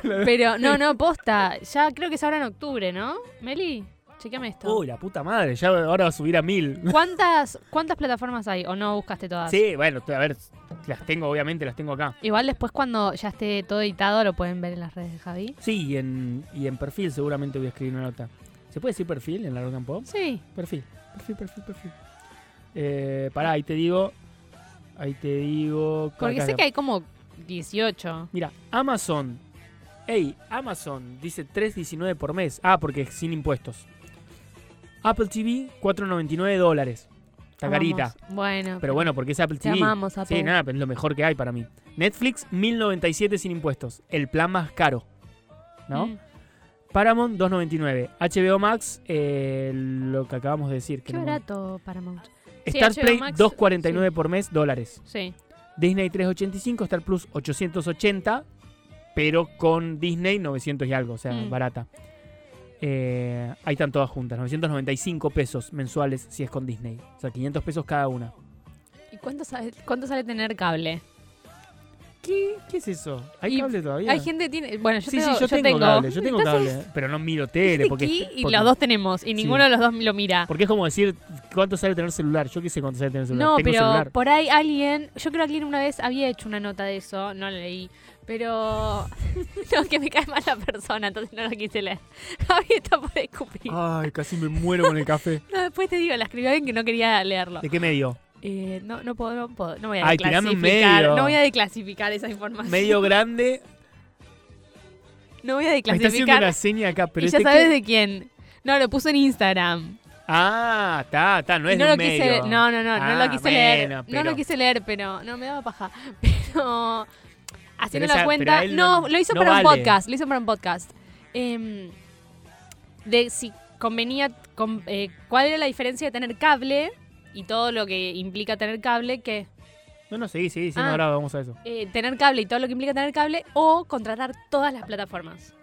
Pero no,
<laughs>
no, posta. Ya creo que es ahora en octubre, ¿no? Meli, chequeame esto.
Uy, la puta madre, ya ahora va a subir a mil.
¿Cuántas, ¿Cuántas plataformas hay? ¿O no buscaste todas?
Sí, bueno, a ver, las tengo, obviamente, las tengo acá.
Igual después cuando ya esté todo editado lo pueden ver en las redes de Javi.
Sí, y en, y en perfil seguramente voy a escribir una nota. ¿Se puede decir perfil en la Rock and Pop?
Sí.
Perfil, perfil, perfil, perfil. Eh, pará, ahí te digo. Ahí te digo.
Porque
acá,
sé
acá.
que hay como 18.
Mira, Amazon. Ey, Amazon dice 3.19 por mes. Ah, porque es sin impuestos. Apple TV, 4.99 dólares. Está carita.
Amamos. Bueno.
Pero bueno, porque es Apple
te
TV.
amamos, Apple.
Sí, nada, pero es lo mejor que hay para mí. Netflix, 1097 sin impuestos. El plan más caro. ¿No?
Mm.
Paramount, 299. HBO Max, eh, lo que acabamos de decir. Que
Qué
no me-
barato Paramount. Sí,
Star
HBO
Play,
Max,
249 por mes, dólares.
Sí.
Disney, 385. Star Plus, 880. Pero con Disney, 900 y algo. O sea,
Mm.
barata. Eh, ahí están todas juntas. 995 pesos mensuales si es con Disney. O sea, 500 pesos cada una.
¿Y cuánto sale, cuánto sale tener cable?
¿Qué, qué es eso? ¿Hay
Y
cable todavía?
Hay gente que tiene... Bueno, yo
sí,
tengo...
sí, yo, tengo, cable, yo tengo
Entonces,
cable, pero no miro tele porque,
Aquí y
porque-
los dos tenemos y ninguno de los dos lo mira.
porque es como decir cuánto sale tener celular, yo qué sé cuánto sale tener celular,
No,
tengo
pero
celular.
por ahí alguien, yo creo que alguien una vez había hecho una nota de eso, no la leí, pero <laughs> no, que me cae mal la persona, entonces no la quise leer. <laughs> Javi está por escupir.
Ah. Ay, casi me muero con el café.
No, después te digo, la escribió alguien que no quería leerlo.
<laughs> ¿De qué medio?
Eh, no, no puedo, no puedo. No voy a
Ay, tirame un
declasificar.
medio.
No voy a declasificar esa información.
Medio grande.
<laughs> No voy a
Me está haciendo
declasificar.
una seña acá, pero
y ya
este
sabes
que-
de quién. No, lo puso en Instagram.
Ah, está, está, no
Y
es
no
de
lo
un
quise
medio.
leer. No, no, no, no
Ah,
lo quise
bueno,
leer.
pero-
No lo quise leer, pero no me daba paja. <laughs> Pero haciendo
esa- pero
la
a
cuenta,
él
no,
no-
lo hizo
no
para un
vale.
podcast, lo hizo para un podcast. Em, de si convenía con- eh, cuál era la diferencia de tener cable y todo lo que implica tener cable que
No, no, sí, sí, sí, no,
Ah.
ahora vamos a eso.
eh, tener cable y todo lo que implica tener cable o contratar todas las plataformas.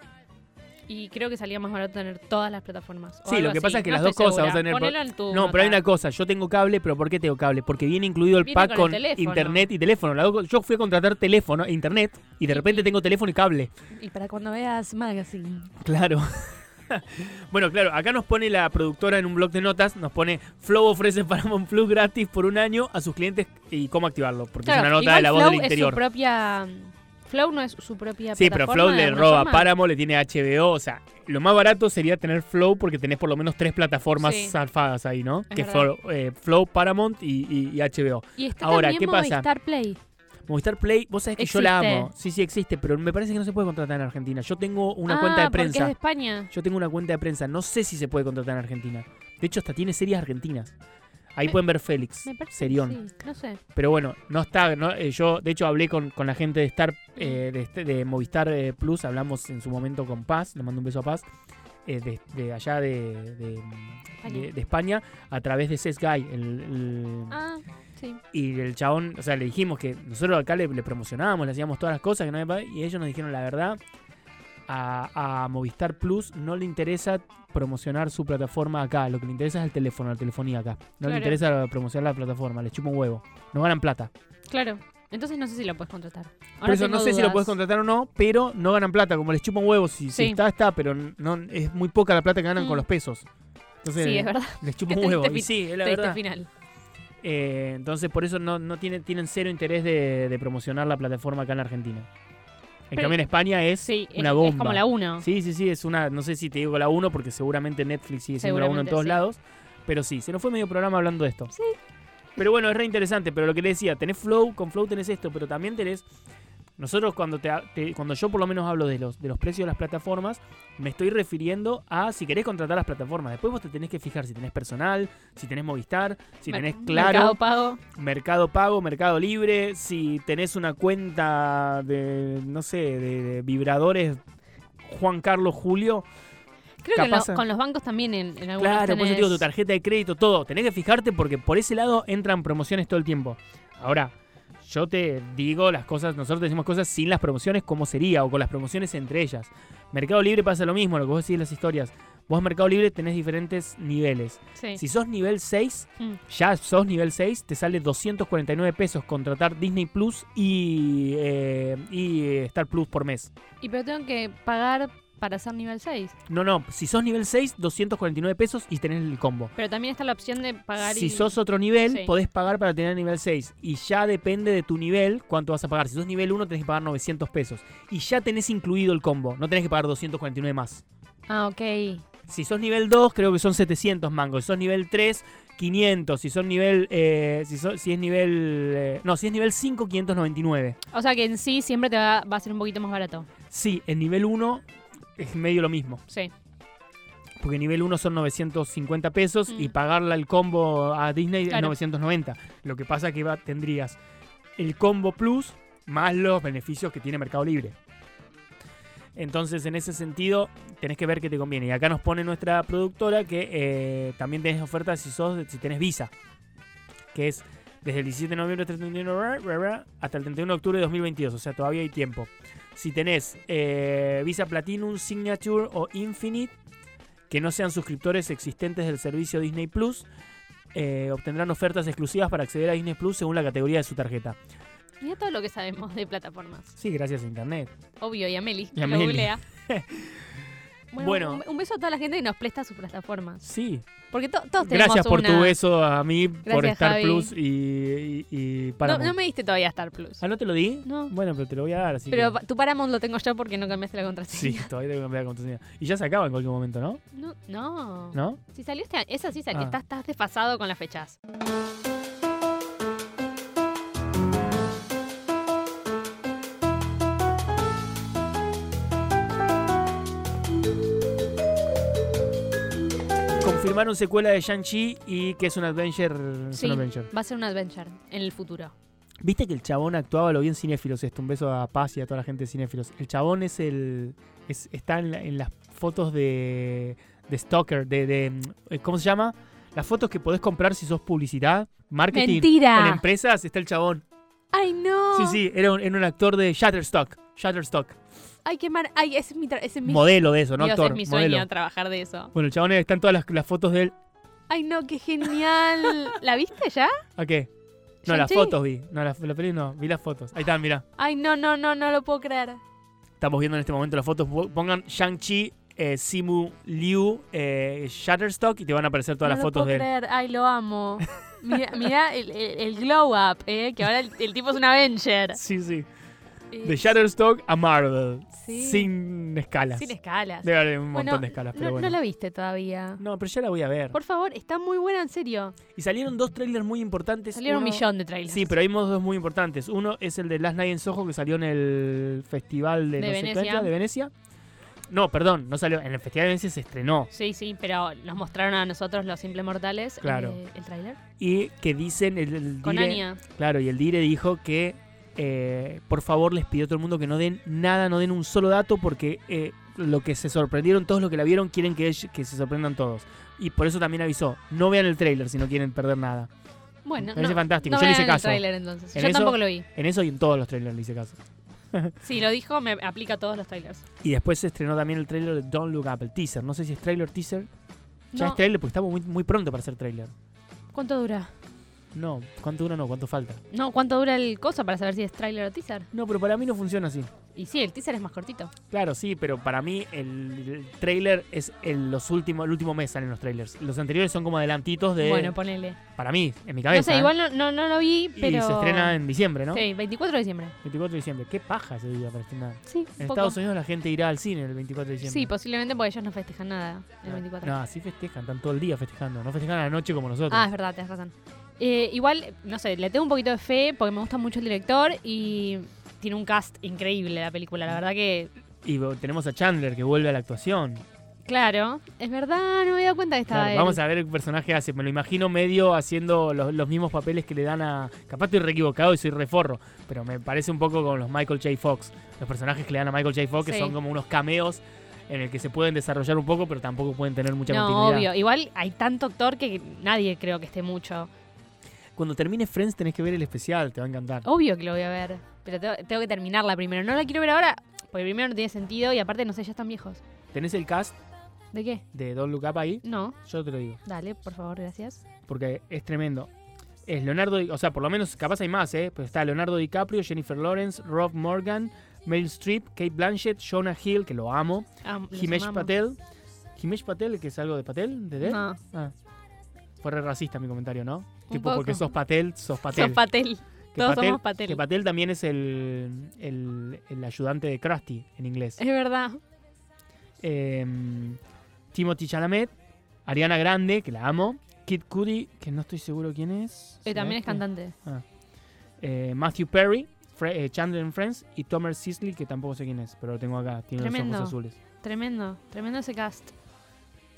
Y creo que salía más barato tener todas las plataformas. o
Sí,
algo
lo que
así,
pasa es que
no
las dos
estoy
cosas
segura.
vas a tener por-
Ponelo en tu
No, pero hay
nota.
una cosa, yo tengo cable, pero ¿por qué tengo cable? Porque viene incluido el
Viene
pack
con
con,
el teléfono.
internet y teléfono. Las dos cosas- Yo fui a contratar teléfono, e internet, y de repente tengo teléfono y cable. <laughs>
Y para cuando veas Magazine.
Claro. bueno, claro, acá nos pone la productora en un blog de notas, nos pone Flow ofrece Paramount Plus gratis por un año a sus clientes y cómo activarlo, porque es una nota de la voz
Flow
del
Es su
interior.
propia. Flow no es su propia.
Sí, pero
plataforma,
Flow
de
le
alguna
roba
forma.
Paramount, le tiene HBO, o sea, lo más barato sería tener Flow porque tenés por lo menos tres plataformas
Sí.
zarfadas ahí, ¿no?
Es
que
verdad.
Flow, eh, Flow, Paramount y- y- y HBO.
Y está
Ahora,
también
¿qué pasa?
Movistar Play.
Movistar Play, vos sabés que yo la
Existe.
amo. Sí, sí, existe, pero me parece que no se puede contratar en Argentina. Yo tengo una
Ah,
cuenta de
porque es
prensa.
de España.
Yo tengo una cuenta de prensa. No sé si se puede contratar en Argentina. De hecho, hasta tiene series argentinas. Ahí
Me-
pueden ver Félix,
Me parece.
Serión.
sí, no sé.
Pero bueno, no está. no, eh, yo, de hecho, hablé con, con la gente de Star, eh, de, este- de Movistar eh, Plus. Hablamos en su momento con Paz. Le mando un beso a Paz. eh, de, de allá de, de- de- de España, a través de Sesguy, el, el-
Ah, sí.
y el chabón, o sea, le dijimos que nosotros acá le, le promocionábamos, le hacíamos todas las cosas, que no había pa- y ellos nos dijeron la verdad. A, a Movistar Plus no le interesa promocionar su plataforma acá, lo que le interesa es el teléfono, la telefonía acá. No
Claro.
le interesa promocionar la plataforma, le chupa un huevo. No ganan plata.
Claro. Entonces no sé si lo puedes contratar.
Por eso no sé si lo puedes
puedes
contratar o no, pero no ganan plata, como les chupa un huevo. Si, si
Sí.
está, está, pero no, es muy poca la plata que ganan
Mm.
con los pesos. Entonces,
Sí, es verdad.
les
<laughs>
chupa
Qué
un huevo.
triste
Y
fin-
sí, es la
Triste
verdad.
final.
Eh, entonces, por eso no, no tienen, tienen cero interés de, de promocionar la plataforma acá en la Argentina. En
Pero-
cambio, en España es.
Sí, es-
Una
es,
bomba.
como la 1.
Sí, sí, sí, es una. No sé si te digo la 1, porque seguramente Netflix sigue siendo la 1 en
Seguramente,
todos
sí.
lados. Pero sí, se nos fue medio programa hablando de esto. Sí. Pero bueno, es re interesante. Pero lo que le decía, tenés Flow, con Flow tenés esto, pero también tenés. Nosotros, cuando, te, te- cuando yo por lo menos hablo de los, de los precios de las plataformas, me estoy refiriendo a si querés contratar las plataformas. Después vos te tenés que fijar si tenés personal, si tenés Movistar, si
Mer-
tenés Claro.
Mercado Pago.
Mercado Pago, Mercado Libre, si tenés una cuenta de, no sé, de, de vibradores Juan Carlos Julio.
Creo que lo-
Capaz- eh.
con los bancos también en, en algunos
Claro, por eso te digo, tu
tenés-
tarjeta de crédito, todo. Tenés que fijarte porque por ese lado entran promociones todo el tiempo. Ahora, yo te digo las cosas, nosotros te decimos cosas sin las promociones, cómo sería, o con las promociones entre ellas. Mercado Libre pasa lo mismo, lo que vos decís en las historias. Vos en Mercado Libre tenés diferentes niveles.
Sí.
Si sos nivel 6,
Mm.
ya sos nivel 6, te sale 249 pesos contratar Disney Plus y, eh, y eh, Star Plus por mes.
Y pero tengo que pagar para ser nivel 6.
No, no, si sos nivel 6, 249 pesos y tenés el combo.
Pero también está la opción de pagar
Si
y...
sos otro nivel,
Sí.
podés pagar para tener nivel 6. Y ya depende de tu nivel cuánto vas a pagar. Si sos nivel 1, tenés que pagar 900 pesos. Y ya tenés incluido el combo. No tenés que pagar 249 más.
Ah, ok.
Si sos nivel 2, creo que son 700 mangos. Si sos nivel 3, 500. Si son nivel. eh, si, so- si es nivel. eh, no, si es nivel 5, 599.
O sea que en sí siempre te va, va a ser un poquito más barato.
Sí, en nivel 1 es medio lo mismo.
Sí.
Porque nivel 1 son 950 pesos y
Mm.
pagarla el combo a Disney es
Claro.
990. Lo que pasa que va- tendrías el combo plus más los beneficios que tiene Mercado Libre. Entonces, en ese sentido, tenés que ver qué te conviene. Y acá nos pone nuestra productora que eh, también tenés ofertas si, sos, si tenés visa. Que es desde el 17 de noviembre hasta el 31 de ra- ra- ra, hasta el 31 de octubre de 2022. O sea, todavía hay tiempo. Si tenés eh, Visa Platinum, Signature o Infinite, que no sean suscriptores existentes del servicio Disney Plus, eh, obtendrán ofertas exclusivas para acceder a Disney Plus según la categoría de su tarjeta.
Mira todo lo que sabemos de plataformas.
Sí, gracias a Internet.
Obvio, y a Meli,
Y a
lo
Meli. <laughs>
googlea.
Bueno.
Un, un beso a toda la gente que nos presta sus plataformas.
Sí.
Porque to- todos tenemos
Gracias por
una...
tu beso a mí, por
Gracias,
Star
Javi.
Plus y, y, y
No,
Paramount.
no me diste todavía Star Plus.
¿Ah, no te lo di?
No.
Bueno, pero te lo voy a dar. Así
Pero
que-
pa- tu Paramount lo tengo yo porque no cambiaste
<laughs>
la
Sí,
<laughs> contraseña.
todavía tengo que cambiar la contraseña. Y ya se acaba en cualquier momento, ¿no?
No, no.
¿No?
Si salió este año, esa sí salió.
Ah.
Estás, estás desfasado con las fechas.
confirmaron secuela de Shang-Chi y que es un adventure. es
Sí.
un adventure.
Va a ser un adventure en el futuro.
Viste que el chabón actuaba lo bien cinéfilos esto. Un beso a Paz y a toda la gente de cinéfilos. El chabón es el. es- está en, la- en las fotos de. de Stalker, de, de, mm, ¿Cómo se llama? Las fotos que podés comprar si sos publicidad, marketing. En
¡Mentira!
empresas está el chabón.
¡Ay, no!
Sí, sí, era un, era un actor de Shutterstock. Shutterstock.
¡Ay, qué mar... ¡Ay, ese es mi... tra- ese es mi...
Modelo de eso, ¿no?
Dios,
actor.
es mi sueño
modelo.
trabajar de eso.
Bueno, el chabón está en todas las, las fotos de él.
¡Ay, no,
<laughs>
qué genial! ¿La viste ya?
¿A qué? No, las
¿Shang-Chi?
fotos vi. No, la, la peli no. Vi las fotos. Ahí están, mirá.
¡Ay, no, no, no, no lo puedo creer!
Estamos viendo en este momento las fotos. Pongan Shang-Chi, eh, Simu Liu, eh, Shutterstock y te van a aparecer todas
no
las
lo
fotos
puedo
de él.
creer. ¡Ay,
<laughs>
lo amo! Mirá, mirá el, el- el glow up, ¿eh? Que ahora el, el tipo es un Avenger.
Sí, sí.
Eh,
De Shutterstock a Marvel.
Sí.
Sin escalas.
sin escalas.
Debe haber un
Bueno,
montón de escalas, pero
no,
bueno.
no la viste todavía.
No, pero ya la voy a ver.
Por favor, está muy buena, en serio.
Y salieron dos trailers muy importantes.
Salieron un
Uno-
millón de trailers.
Sí, pero hay dos muy importantes. Uno es el de Last Night in Soho que salió en el festival de,
De
no sé qué
Venecia.
era, de Venecia. No, perdón, no salió. En el festival de Venecia se estrenó.
Sí, sí, pero nos mostraron a nosotros, los simples mortales,
Claro.
eh, el tráiler.
Y que dicen el, el
Con
dire-
Anya.
Claro, y el dire dijo que eh, por favor les pidió a todo el mundo que no den nada, no den un solo dato porque eh, lo que se sorprendieron todos los que la vieron quieren que, ell- que se sorprendan todos. Y por eso también avisó, no vean el tráiler si no quieren perder nada.
Bueno,
Me parece
no,
fantástico,
no
yo le
vean
hice
el
caso.
tráiler, entonces.
En
Yo
eso-
tampoco lo vi.
En eso y en todos los trailers le hice caso.
Si lo dijo, me aplica a todos los trailers.
Y después se estrenó también el tráiler de Don't Look Up, el teaser. No sé si es tráiler, teaser. Ya este-
No,
es trailer porque estamos muy, muy pronto para hacer trailer.
¿Cuánto dura?
No, ¿cuánto dura? No, ¿cuánto falta?
No, ¿cuánto dura el cosa para saber si es tráiler o teaser?
No, pero para mí no funciona así.
Y sí, el teaser es más cortito.
Claro, sí, pero para mí el, el trailer es el, los últimos, el último mes salen los trailers. Los anteriores son como adelantitos de...
Bueno, ponele.
para mí, en mi
No
cabeza.
sé,
¿eh?
igual no, no, no lo vi,
Y
pero...
se estrena en diciembre, ¿no?
Sí, 24 de diciembre.
24 de diciembre. Qué paja ese día para estrenar.
Sí, un
En
poco.
Estados Unidos la gente irá al cine el 24 de diciembre.
Sí, posiblemente porque ellos no festejan nada el 24.
No, así festejan, están todo el día festejando. No festejan a la noche como nosotros.
Ah, es verdad, tenés razón. Eh, igual, no sé, le tengo un poquito de fe porque me gusta mucho el director y tiene un cast increíble la película. La verdad que,
Y bo- tenemos a Chandler que vuelve a la actuación.
claro, es verdad, no me había dado cuenta que estaba
Claro,
él.
vamos a ver qué personaje hace. Me lo imagino medio haciendo los, los mismos papeles que le dan a. Capaz estoy re equivocado y soy reforro, pero me parece un poco con los Michael J. Fox. Los personajes que le dan a Michael J. Fox, que
Sí.
son como unos cameos en el que se pueden desarrollar un poco, pero tampoco pueden tener mucha
No,
continuidad.
obvio. Igual hay tanto actor que nadie creo que esté mucho.
Cuando termine Friends tenés que ver el especial, te va a encantar.
Obvio que lo voy a ver, pero tengo, tengo que terminarla primero. No la quiero ver ahora porque primero no tiene sentido y aparte, no sé, ya están viejos.
¿Tenés el cast
¿De qué?
de Don Look Up ahí?
No,
Yo te lo digo,
dale, por favor, gracias.
porque es tremendo. Es Leonardo, Di- o sea, por lo menos capaz hay más, ¿eh? Pero está Leonardo DiCaprio, Jennifer Lawrence, Rob Morgan, Meryl Streep, Kate Blanchett, Jonah Hill, que lo amo.
Ah, los
Himesh
amamos.
Patel. Himesh Patel, que es algo de Patel, de él.
No,
Ah. Fue re racista mi comentario, ¿no? tipo,
poco.
porque sos Patel, sos Patel.
sos Patel.
Que
Todos somos Patel.
Que Patel también es el, el, el ayudante de Krusty en inglés.
Es verdad.
Em, Timothy Chalamet, Ariana Grande, que la amo. Kid Cudi, que no estoy seguro quién es.
Y
¿Será
Eh, también es
este?
cantante.
Eh, Matthew Perry, Fre- eh, Chandler and Friends y Thomas Sisley, que tampoco sé quién es, pero lo tengo acá. Tiene los
Tremendo.
ojos azules.
Tremendo, tremendo ese cast.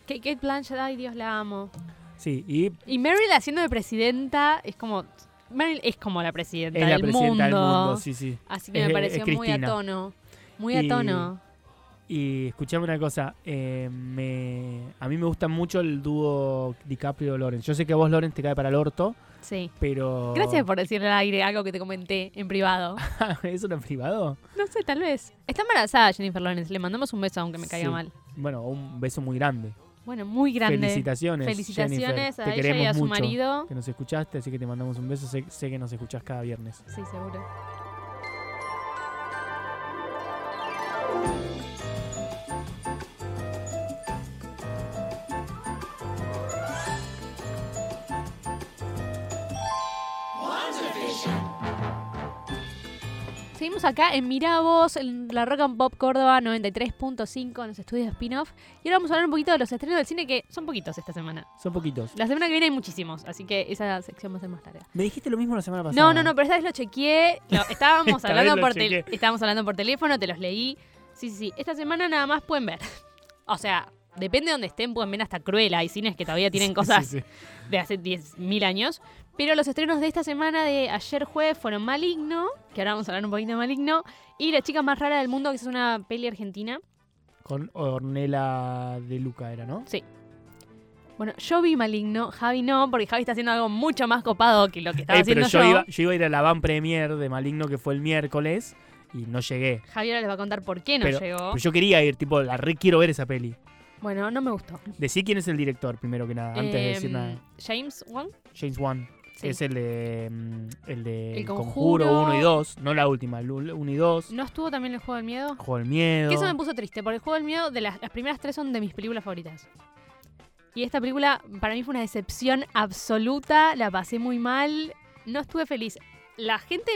Ka- Kate Blanchett, ay Dios, la amo.
Sí, y
Y Meryl haciendo de presidenta es como... Meryl es como la presidenta,
es la
del,
presidenta
mundo.
del mundo. Sí, sí.
Así que
Es-
me
es
pareció muy a
Cristina.
tono. Muy
Y-
a tono.
Y escuchame una cosa, eh, me- a mí me gusta mucho el dúo DiCaprio-Lorenz. Yo sé que a vos, Lorenz, te cae para el orto,
Sí.
pero...
Gracias por decirle al aire algo que te comenté
<laughs>
en privado.
¿Eso no <laughs> es privado?
No sé, tal vez. Está embarazada Jennifer Lawrence. Le mandamos un beso aunque me caiga
Sí.
mal.
Bueno, un beso muy grande.
Bueno, muy grande.
Felicitaciones,
Felicitaciones
Jennifer.
a
Te
ella y
queremos
a su
mucho.
marido.
Que nos escuchaste, así que te mandamos un beso. Sé, sé que nos escuchás cada viernes.
Sí, seguro. Seguimos acá en Miravoz, en la Rock and Pop Córdoba 93.5, en los estudios spin-off. Y ahora vamos a hablar un poquito de los estrenos del cine, que son poquitos esta semana.
Son poquitos.
La semana que viene hay muchísimos, así que esa sección va a ser más larga.
Me dijiste lo mismo la semana pasada.
No, no, no, pero esta vez lo chequeé. Lo-
<laughs>
estábamos,
Esta
hablando
vez lo
por tel-
chequeé.
estábamos hablando por teléfono, te los leí. Sí, sí, sí. Esta semana nada más pueden ver. <laughs> O sea, depende de donde estén, pueden ver hasta Cruella. Hay cines que todavía tienen cosas
Sí, sí,
de hace 10.000 años. Pero los estrenos de esta semana de ayer jueves fueron Maligno, que ahora vamos a hablar un poquito de Maligno, y La chica más rara del mundo, que es una peli argentina.
sí. Con Ornella de Luca era, ¿no?
Bueno, yo vi Maligno, Javi no, porque Javi está haciendo algo mucho más copado que lo que estaba
Ey, Eh, pero
haciendo
yo iba, yo iba a ir a la van premier de Maligno que fue el miércoles y no llegué.
Javi ahora les va a contar por qué no
Pero-
llegó.
Pues yo quería ir, tipo, la re quiero ver esa peli.
Bueno, no me gustó.
Decí quién es el director, primero que nada, antes de decir
Em,
nada.
James Wong,
James Wan.
sí.
Es el de. mm, El de.
El
El
Conjuro.
Conjuro 1 y 2. No la última, el 1 y 2.
¿no estuvo también el juego del miedo?
Juego del miedo.
Que eso me puso triste, porque el juego del miedo, de las, las primeras tres son de mis películas favoritas. Y esta película para mí fue una decepción absoluta, la pasé muy mal, no estuve feliz. La gente,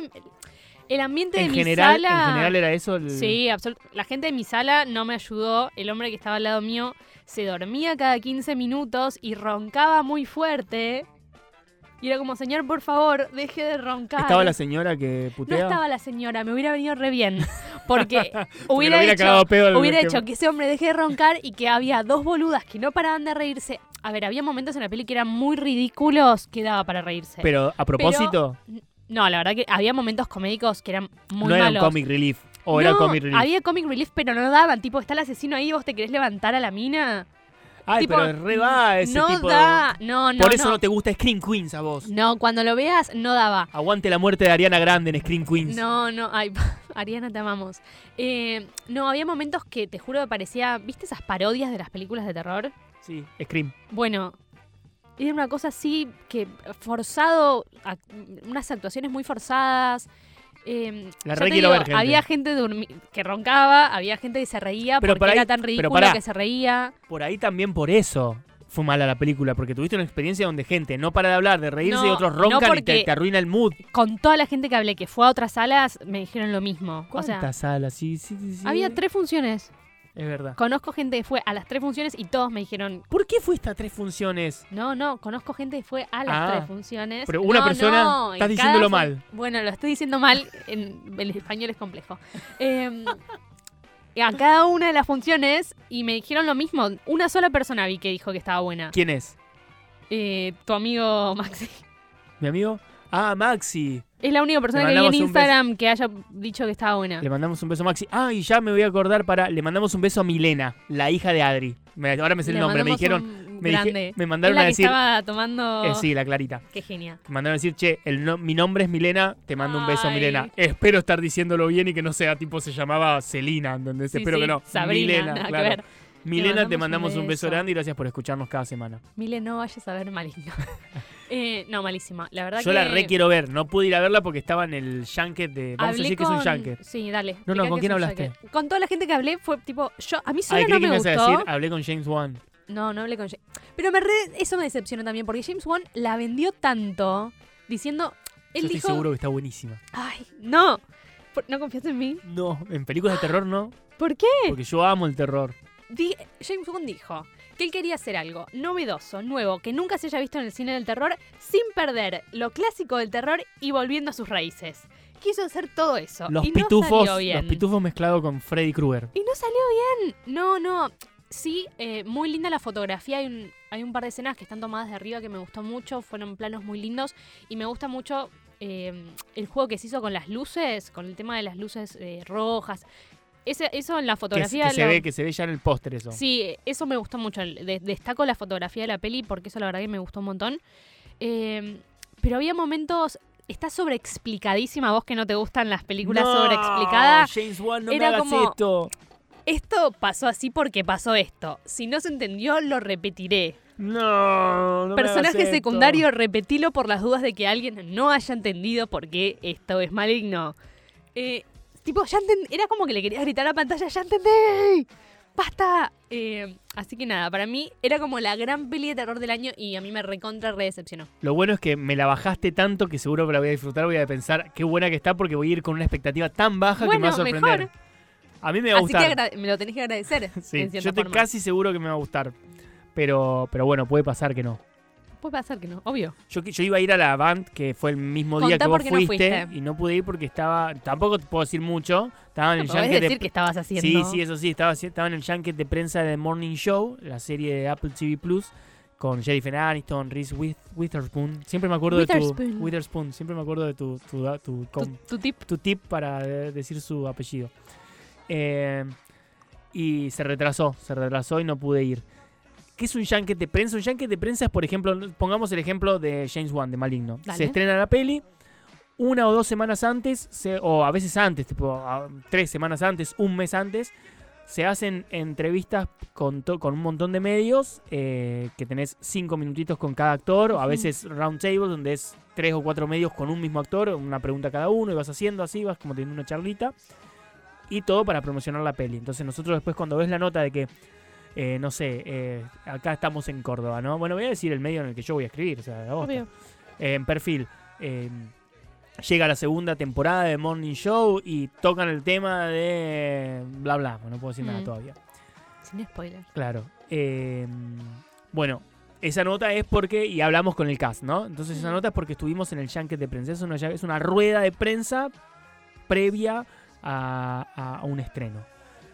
el ambiente de
en,
mi
general,
sala...
en general era eso. el-
Sí, absolut- La gente de mi sala no me ayudó. El hombre que estaba al lado mío se dormía cada 15 minutos y roncaba muy fuerte. Y era como, señor, por favor, deje de roncar.
Estaba la señora que
no
puteaba.
estaba la señora, me hubiera venido re bien.
<laughs>
Porque hubiera,
hubiera
hecho,
cagado a pedo el-
hubiera
que-
hecho que ese hombre deje de roncar y que había dos boludas que no paraban de reírse. A ver, había momentos en la peli que eran muy ridículos que daba para reírse.
Pero a propósito,
no, la verdad que había momentos comédicos que eran muy
no era un
malos.
comic relief. O era
No,
comic relief.
Había comic relief, pero no daban. Tipo, está el asesino ahí, vos te querés levantar a la mina.
Ay,
tipo,
pero re va ese
no
tipo.
da. No, no.
Por eso no.
no.
te gusta Scream Queens a vos.
No, cuando lo veas, no daba.
Aguante la muerte de Ariana Grande en Scream Queens.
No, no, ay, <laughs> Ariana, te amamos. Eh, no, había momentos que te juro que parecía. ¿Viste esas parodias de las películas de terror?
Sí, Scream.
Bueno, era una cosa así que forzado, ac- unas actuaciones muy forzadas. Eh,
La
ya
re
te
quiero
digo,
ver, gente.
Había gente durmi- que roncaba, había gente que se reía
Pero
porque
por ahí-
era tan
pero
ridículo
pará.
que se reía.
Por ahí también por eso fue mala la película, porque tuviste una experiencia donde gente no para de hablar, de reírse
No,
y otros
no
roncan y
porque-
te, te arruina el mood.
Con toda la gente que hablé que fue a otras salas, me dijeron lo mismo. O
¿Cuántas
sea,
salas? Sí, sí, sí, sí.
había tres funciones.
Es verdad.
Conozco gente que fue a las tres funciones y todos me dijeron,
¿Por qué fuiste a tres funciones?
no, no, conozco gente que fue a las
Ah,
tres funciones.
pero una
No,
persona,
no,
estás
en
diciéndolo
cada
mal.
Bueno, lo estoy diciendo mal, en, el español es complejo. Eh, a cada una de las funciones y me dijeron lo mismo. Una sola persona vi que dijo que estaba buena.
¿Quién es?
Eh, tu amigo Maxi.
¿Mi amigo? Ah, Maxi.
Es la única persona
Le
que vi en
mandamos un beso.
Instagram que haya dicho que estaba buena.
Le mandamos un beso a Maxi. Ah, y ya me voy a acordar para. Le mandamos un beso a Milena, la hija de Adri. Me- ahora me sé el
Le
nombre. Me
mandamos
dijeron.
un
Me, dije-
grande.
me
Es
mandaron
la
a
que
decir.
estaba tomando.
eh, sí, la Clarita.
Qué genia.
Me mandaron a decir, che, el no- mi nombre es Milena, te mando un beso,
Ay.
Milena. Espero estar diciéndolo bien y que no sea tipo se llamaba Celina, ¿entendés?
Sí,
Espero
sí,
que no.
Sabrina,
Milena,
nada que
claro.
ver.
Milena,
Te
te
mandamos
mandamos
un
un beso
beso.
grande y gracias por escucharnos cada semana.
Mile, no vayas a
<laughs>
ver maligno. Eh, no, malísima. La verdad
Yo
que.
la re quiero ver, no pude ir a verla porque estaba en el junket de. Vamos
hablé
a decir que es un
con-
junket.
Sí, dale.
No, no,
explica
¿con
qué
quién
es un
hablaste?
junket. Con toda la gente que hablé fue tipo, yo a mí sola
Ay,
no
creí que
me
me ibas a decir,
gustó.
hablé con James Wan.
No, no hablé con James. Pero me re, eso me decepcionó también porque James Wan la vendió tanto diciendo,
Yo
él
estoy
dijo,
seguro que está buenísima.
ay, no, por- no confías en mí.
No, en películas de terror no,
¿Por qué?
porque yo amo el terror.
Di- James Wan dijo que él quería hacer algo novedoso, nuevo, que nunca se haya visto en el cine del terror, sin perder lo clásico del terror y volviendo a sus raíces. Quiso hacer todo eso.
Los
y no
pitufos,
salió bien.
los pitufos mezclados con Freddy Krueger.
Y no salió bien. No, no. Sí, eh, muy linda la fotografía. Hay un, hay un par de escenas que están tomadas de arriba que me gustó mucho. Fueron planos muy lindos. Y me gusta mucho eh, el juego que se hizo con las luces, con el tema de las luces eh, rojas. Ese, eso en la
Que,
fotografía.
que se
lo-
ve, que se ve ya en el póster eso.
Sí, eso me gustó mucho. De- destaco la fotografía de la peli porque eso la verdad que me gustó un montón. Eh, pero había momentos. Está sobreexplicadísima, vos que no te gustan las películas
No,
sobreexplicadas.
James Wan, no
Era
me hagas
como-
esto.
Esto pasó así porque pasó esto. Si no se entendió, lo repetiré.
No, no me hagas
Personaje
esto.
secundario, repetilo por las dudas de que alguien no haya entendido por qué esto es maligno. Eh, tipo, ya enten- era como que le quería gritar a la pantalla, ya entendí. ¡Basta! Eh, así que nada, para mí era como la gran peli de terror del año y a mí me recontra re decepcionó.
Lo bueno es que me la bajaste tanto que seguro que la voy a disfrutar, voy a pensar qué buena que está porque voy a ir con una expectativa tan baja que me va a
Bueno,
sorprender.
mejor.
A mí me va a
Así que
gustar.
agra- me lo tenés que agradecer.
<laughs> Sí,
en
yo
cierta
estoy
forma.
casi seguro que me va a gustar. Pero, pero bueno, puede pasar que no.
Puede pasar que no, obvio.
Yo, que- yo iba a ir a la band que fue el mismo día
Contá
que vos
por qué no
fuiste,
fuiste.
y no pude ir porque estaba. Tampoco te puedo decir mucho.
<laughs>
Estaba en el
Podés
yankee de
decir que estabas haciendo.
Sí, sí, eso sí, estaba, haci- estaba en el junket de prensa de Morning Show, la serie de Apple TV Plus, con Jennifer Aniston, Reese With Witherspoon. Siempre me acuerdo de
Witherspoon.
tu. Witherspoon, siempre me acuerdo de tu, tu, da- tu
Tu,
com-
tu tip.
tu tip para eh, decir su apellido. Eh, y se retrasó, se retrasó y no pude ir. ¿Qué es un junket de prensa? Un junket de prensa es, por ejemplo, no- pongamos el ejemplo de James Wan, de Maligno.
Dale.
Se estrena la peli, una o dos semanas antes, se- o a veces antes, tipo a- tres semanas antes, un mes antes, se hacen entrevistas con, to- con un montón de medios, eh, que tenés cinco minutitos con cada actor, o a
Ujú.
veces round table, donde es tres o cuatro medios con un mismo actor, una pregunta cada uno, y vas haciendo así, vas como teniendo una charlita, y todo para promocionar la peli. Entonces nosotros después cuando ves la nota de que, eh, no sé, eh, acá estamos en Córdoba, ¿no? Bueno, voy a decir el medio en el que yo voy a escribir, o sea, la bosta.
Obvio.
Eh, en perfil. eh, llega la segunda temporada de Morning Show y tocan el tema de bla bla. No puedo decir nada
Mm.
todavía.
Sin spoiler.
Claro. Eh, bueno, esa nota es porque. Y hablamos con el cast, ¿no? Entonces, esa
Mm.
nota es porque estuvimos en el Yankee de prensa. Es una, ya- es una rueda de prensa previa a, a- a un estreno.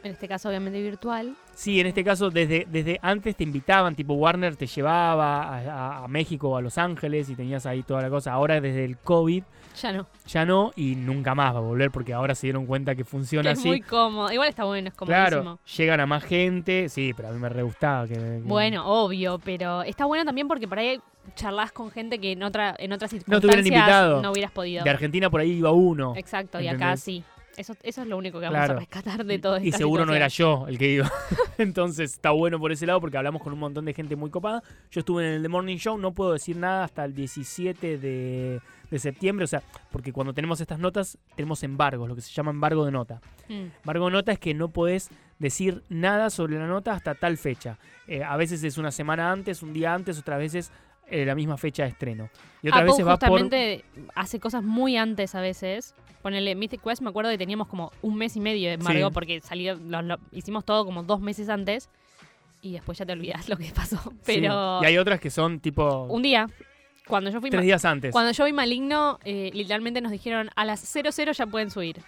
En este caso, obviamente, virtual.
Sí, en este caso, desde, desde antes te invitaban, tipo Warner te llevaba a, a- a México o a Los Ángeles y tenías ahí toda la cosa. Ahora, desde el COVID,
Ya no.
ya no y nunca más va a volver porque ahora se dieron cuenta que funciona
es
así.
muy cómodo. Igual está bueno, es comodísimo.
claro, llegan a más gente, sí, pero a mí me re gustaba que, que-
Bueno, obvio, pero está bueno también porque por ahí charlas con gente que en otra en otras
hubieran
circunstancias
invitado.
no hubieras podido.
de Argentina por ahí iba uno.
Exacto, y acá
¿entendés?
sí. Eso, eso es lo único que
Claro.
vamos a rescatar de todo
y seguro no era yo el que iba. <laughs> Entonces está bueno por ese lado porque hablamos con un montón de gente muy copada. Yo estuve en el The Morning Show, no puedo decir nada hasta el 17 de, de septiembre, o sea, porque cuando tenemos estas notas tenemos embargos, lo que se llama embargo de nota.
Mm.
Embargo, nota es que no podés decir nada sobre la nota hasta tal fecha. Eh, a veces es una semana antes, un día antes, otras veces eh, la misma fecha de estreno. Y otras veces va por...
Ah, justamente hace cosas muy antes a veces. Ponele Mythic Quest, me acuerdo que teníamos como un mes y medio de Margot
Sí.
porque salió, lo- lo- hicimos todo como dos meses antes y después ya te olvidas <laughs> lo que pasó. Pero
Sí. Y hay otras que son tipo
un día, cuando yo fui
tres
ma-
días antes.
Cuando yo vi Maligno, eh, literalmente nos dijeron a las 00 ya pueden subir.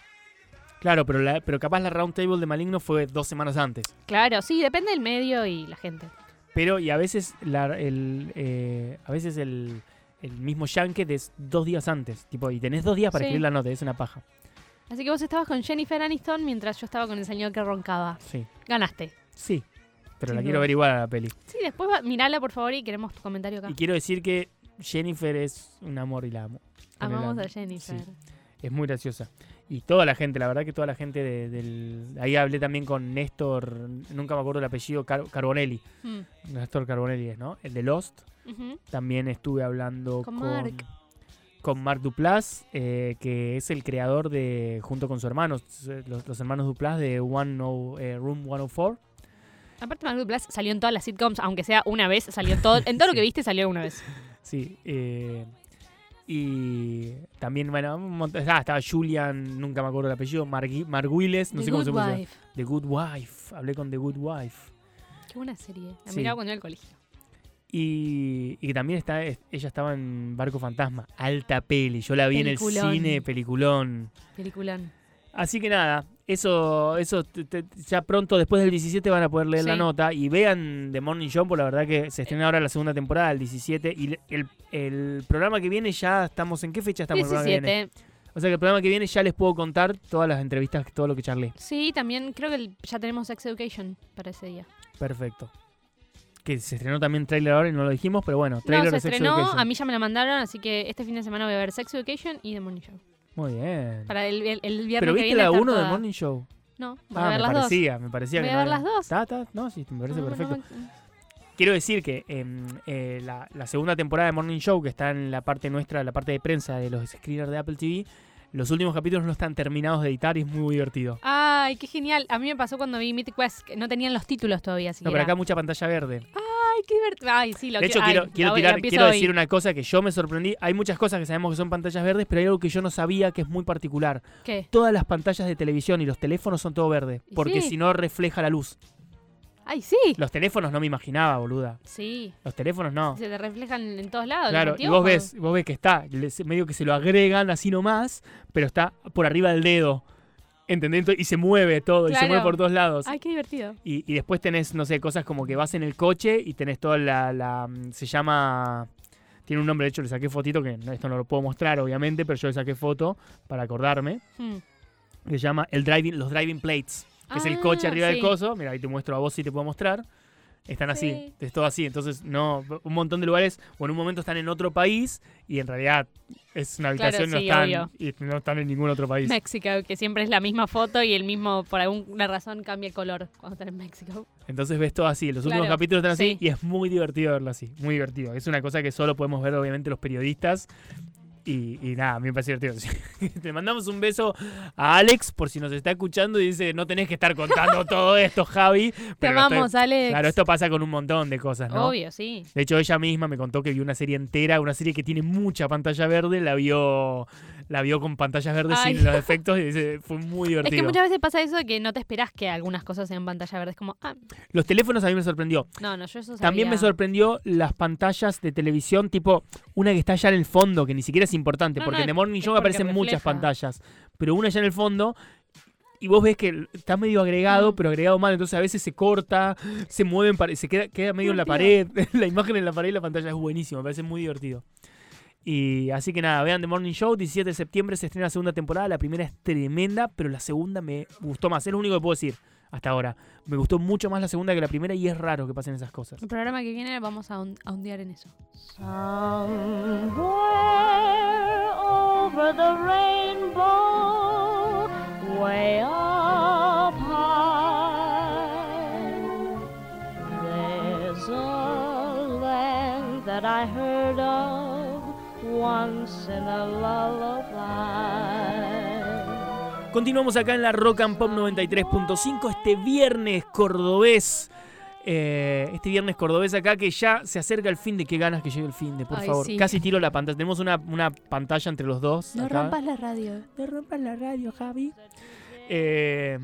Claro, pero, la- pero capaz la round table de Maligno fue dos semanas antes.
Claro, sí, depende del medio y la gente.
Pero, y a veces la- el, eh, a veces el, el mismo yanket es dos días antes. Tipo, y tenés dos días para
Sí.
escribir la nota, es una paja.
Así que vos estabas con Jennifer Aniston mientras yo estaba con el señor que roncaba.
Sí.
Ganaste.
Sí. Pero
Sin
la
duda.
quiero ver igual a la peli.
Sí, después va, mirala por favor y queremos tu comentario acá.
Y quiero decir que Jennifer es un amor y la amo. Con el
Amamos
alma.
Ah, a Jennifer.
Sí, es muy graciosa. Y toda la gente, la verdad que toda la gente de- del... Ahí hablé también con Néstor, nunca me acuerdo el apellido, Car- Carbonelli.
Mm.
Néstor Carbonelli es, ¿no? El de Lost.
Ujú.
También estuve hablando
Con
con...
Mark.
con Mark Duplass, eh, que es el creador de, junto con su hermano, s- los, los hermanos Duplass de One No- eh, Room 104.
Aparte, Margot Blas salió en todas las sitcoms, aunque sea una vez, salió en todo. En todo lo que viste salió una vez.
Sí. eh, y también, bueno, un montón- ah, estaba Julian, nunca me acuerdo el apellido, Margui- Marguiles, no sé cómo se pronuncia. The Good Wife. Hablé con The Good Wife.
Qué buena serie. La
Sí.
miraba cuando iba al colegio.
Y, y que también está, es- ella estaba en Barco Fantasma. Alta peli. Yo la vi en
Peliculón.
el cine, peliculón.
Peliculón.
Así que nada, eso, eso te- te- ya pronto, después del 17, van a poder leer la
Sí.
nota. Y vean The Morning Show, por la verdad que se estrena ahora la segunda temporada, el 17. Y le- el, el programa que viene ya estamos. ¿En qué fecha estamos? el programa que viene?
17.
O sea que el programa que viene ya les puedo contar todas las entrevistas, todo lo que charlé.
Sí, también creo que el- ya tenemos Sex Education para ese día.
Perfecto. Que se estrenó también trailer ahora y no lo dijimos, pero bueno, trailer
No, se
de Sex
estrenó,
Education.
a mí ya me la mandaron, así que este fin de semana voy a ver Sex Education y The Morning Show.
Muy bien.
Para el, el- el viernes
Pero
que
viste
viene
la
estar
1 de
toda.
Morning Show.
No, voy a
Ah,
ver
me
las dos.
parecía, me parecía
Voy
que
a
no
ver
era-
las dos.
Ta, ta, no, sí, me parece
No, no,
perfecto.
no, no.
Quiero decir que em, eh, la, la segunda temporada de Morning Show, que está en la parte nuestra, la parte de prensa de los screeners de Apple TV, los últimos capítulos no están terminados de editar y es muy divertido.
Ay, qué genial. A mí me pasó cuando vi Mythic Quest, que no tenían los títulos todavía.
No, pero acá mucha pantalla verde.
Ay, qué divertido. Ay, sí, lo
de hecho,
ay,
quiero,
la
quiero,
voy- la
tirar,
empiezo
quiero
hoy.
decir una cosa que yo me sorprendí. Hay muchas cosas que sabemos que son pantallas verdes, pero hay algo que yo no sabía que es muy particular.
¿Qué?
Todas las pantallas de televisión y los teléfonos son todo verde,
Y
porque
sí.
si no refleja la luz.
Ay, sí.
Los teléfonos no me imaginaba, boluda.
Sí.
Los teléfonos no.
Se te reflejan en todos lados. los
Claro, y vos
anteojos.
ves, vos ves que está, les- medio que se lo agregan así nomás, pero está por arriba del dedo. ¿Entendés? Entonces- Y se mueve todo, y se
Claro.
mueve por todos lados.
Ay, qué divertido.
Y, y después tenés, no sé, cosas como que vas en el coche y tenés toda la, la, mm, Se llama... Tiene un nombre, de hecho le saqué fotito, que no- esto no lo puedo mostrar obviamente, pero yo le saqué foto para acordarme.
Hmm.
que Se llama el driving, los driving plates, que es el
Ah,
coche arriba del
sí.
coso. Mira, ahí te muestro a vos si te puedo mostrar. Están así,
Sí.
es todo así. Entonces, no, un montón de lugares, o en un momento están en otro país y en realidad es una
Claro,
habitación,
sí,
no, están,
obvio.
y no están en ningún otro país.
México, que siempre es la misma foto y el mismo, por alguna razón, cambia el color cuando estás en México.
Entonces ves todo así, los últimos
Claro,
capítulos están así
sí.
y es muy divertido verlo así, muy divertido. Es una cosa que solo podemos ver obviamente los periodistas y, y nada, a mí me parece divertido. <laughs> Te mandamos un beso a Alex por si nos está escuchando y dice, no tenés que estar contando
<laughs>
todo esto, Javi.
Te
Pero lo estoy-
amamos, Alex.
Claro, esto pasa con un montón de cosas, ¿no?
Obvio, sí.
De hecho, ella misma me contó que vio una serie entera, una serie que tiene mucha pantalla verde, la vio, la vio con pantallas verdes
Ay.
sin los efectos y dice, fue muy divertido.
Es que muchas veces pasa eso de que no te esperás que algunas cosas sean pantalla verde. Es como, ah,
Los teléfonos a mí me sorprendió.
no, no, yo eso sabía.
También me sorprendió las pantallas de televisión, tipo una que está allá en el fondo, que ni siquiera es importante,
No,
porque
no,
en The Morning
es
Show
porque
aparecen muchas
refleja.
pantallas, pero una allá en el fondo, y vos ves que está medio agregado,
Mm.
pero agregado mal, entonces a veces se corta, se mueven, pare- se queda, queda medio en la pared, <laughs>
Divertido.
la imagen en la pared y la pantalla es buenísimo, me parece muy divertido. Y así que nada, vean The Morning Show, 17 de septiembre se estrena la segunda temporada, la primera es tremenda, pero la segunda me gustó más, es lo único que puedo decir hasta ahora. Me gustó mucho más la segunda que la primera y es raro que pasen esas cosas.
El programa que viene vamos a, hon- a ondear en eso.
Somewhere over the rainbow, way up high, there's a land that I heard of once in a lullaby.
Continuamos acá en la Rock and Pop 93.5 este viernes cordobés. eh, este viernes cordobés acá que ya se acerca el fin de qué ganas que llegue el fin de, por
Ay,
favor.
sí.
Casi tiro la pantalla. Tenemos una, una pantalla entre los dos.
No
acá.
rompas la radio.
No rompas la radio, Javi. Eh,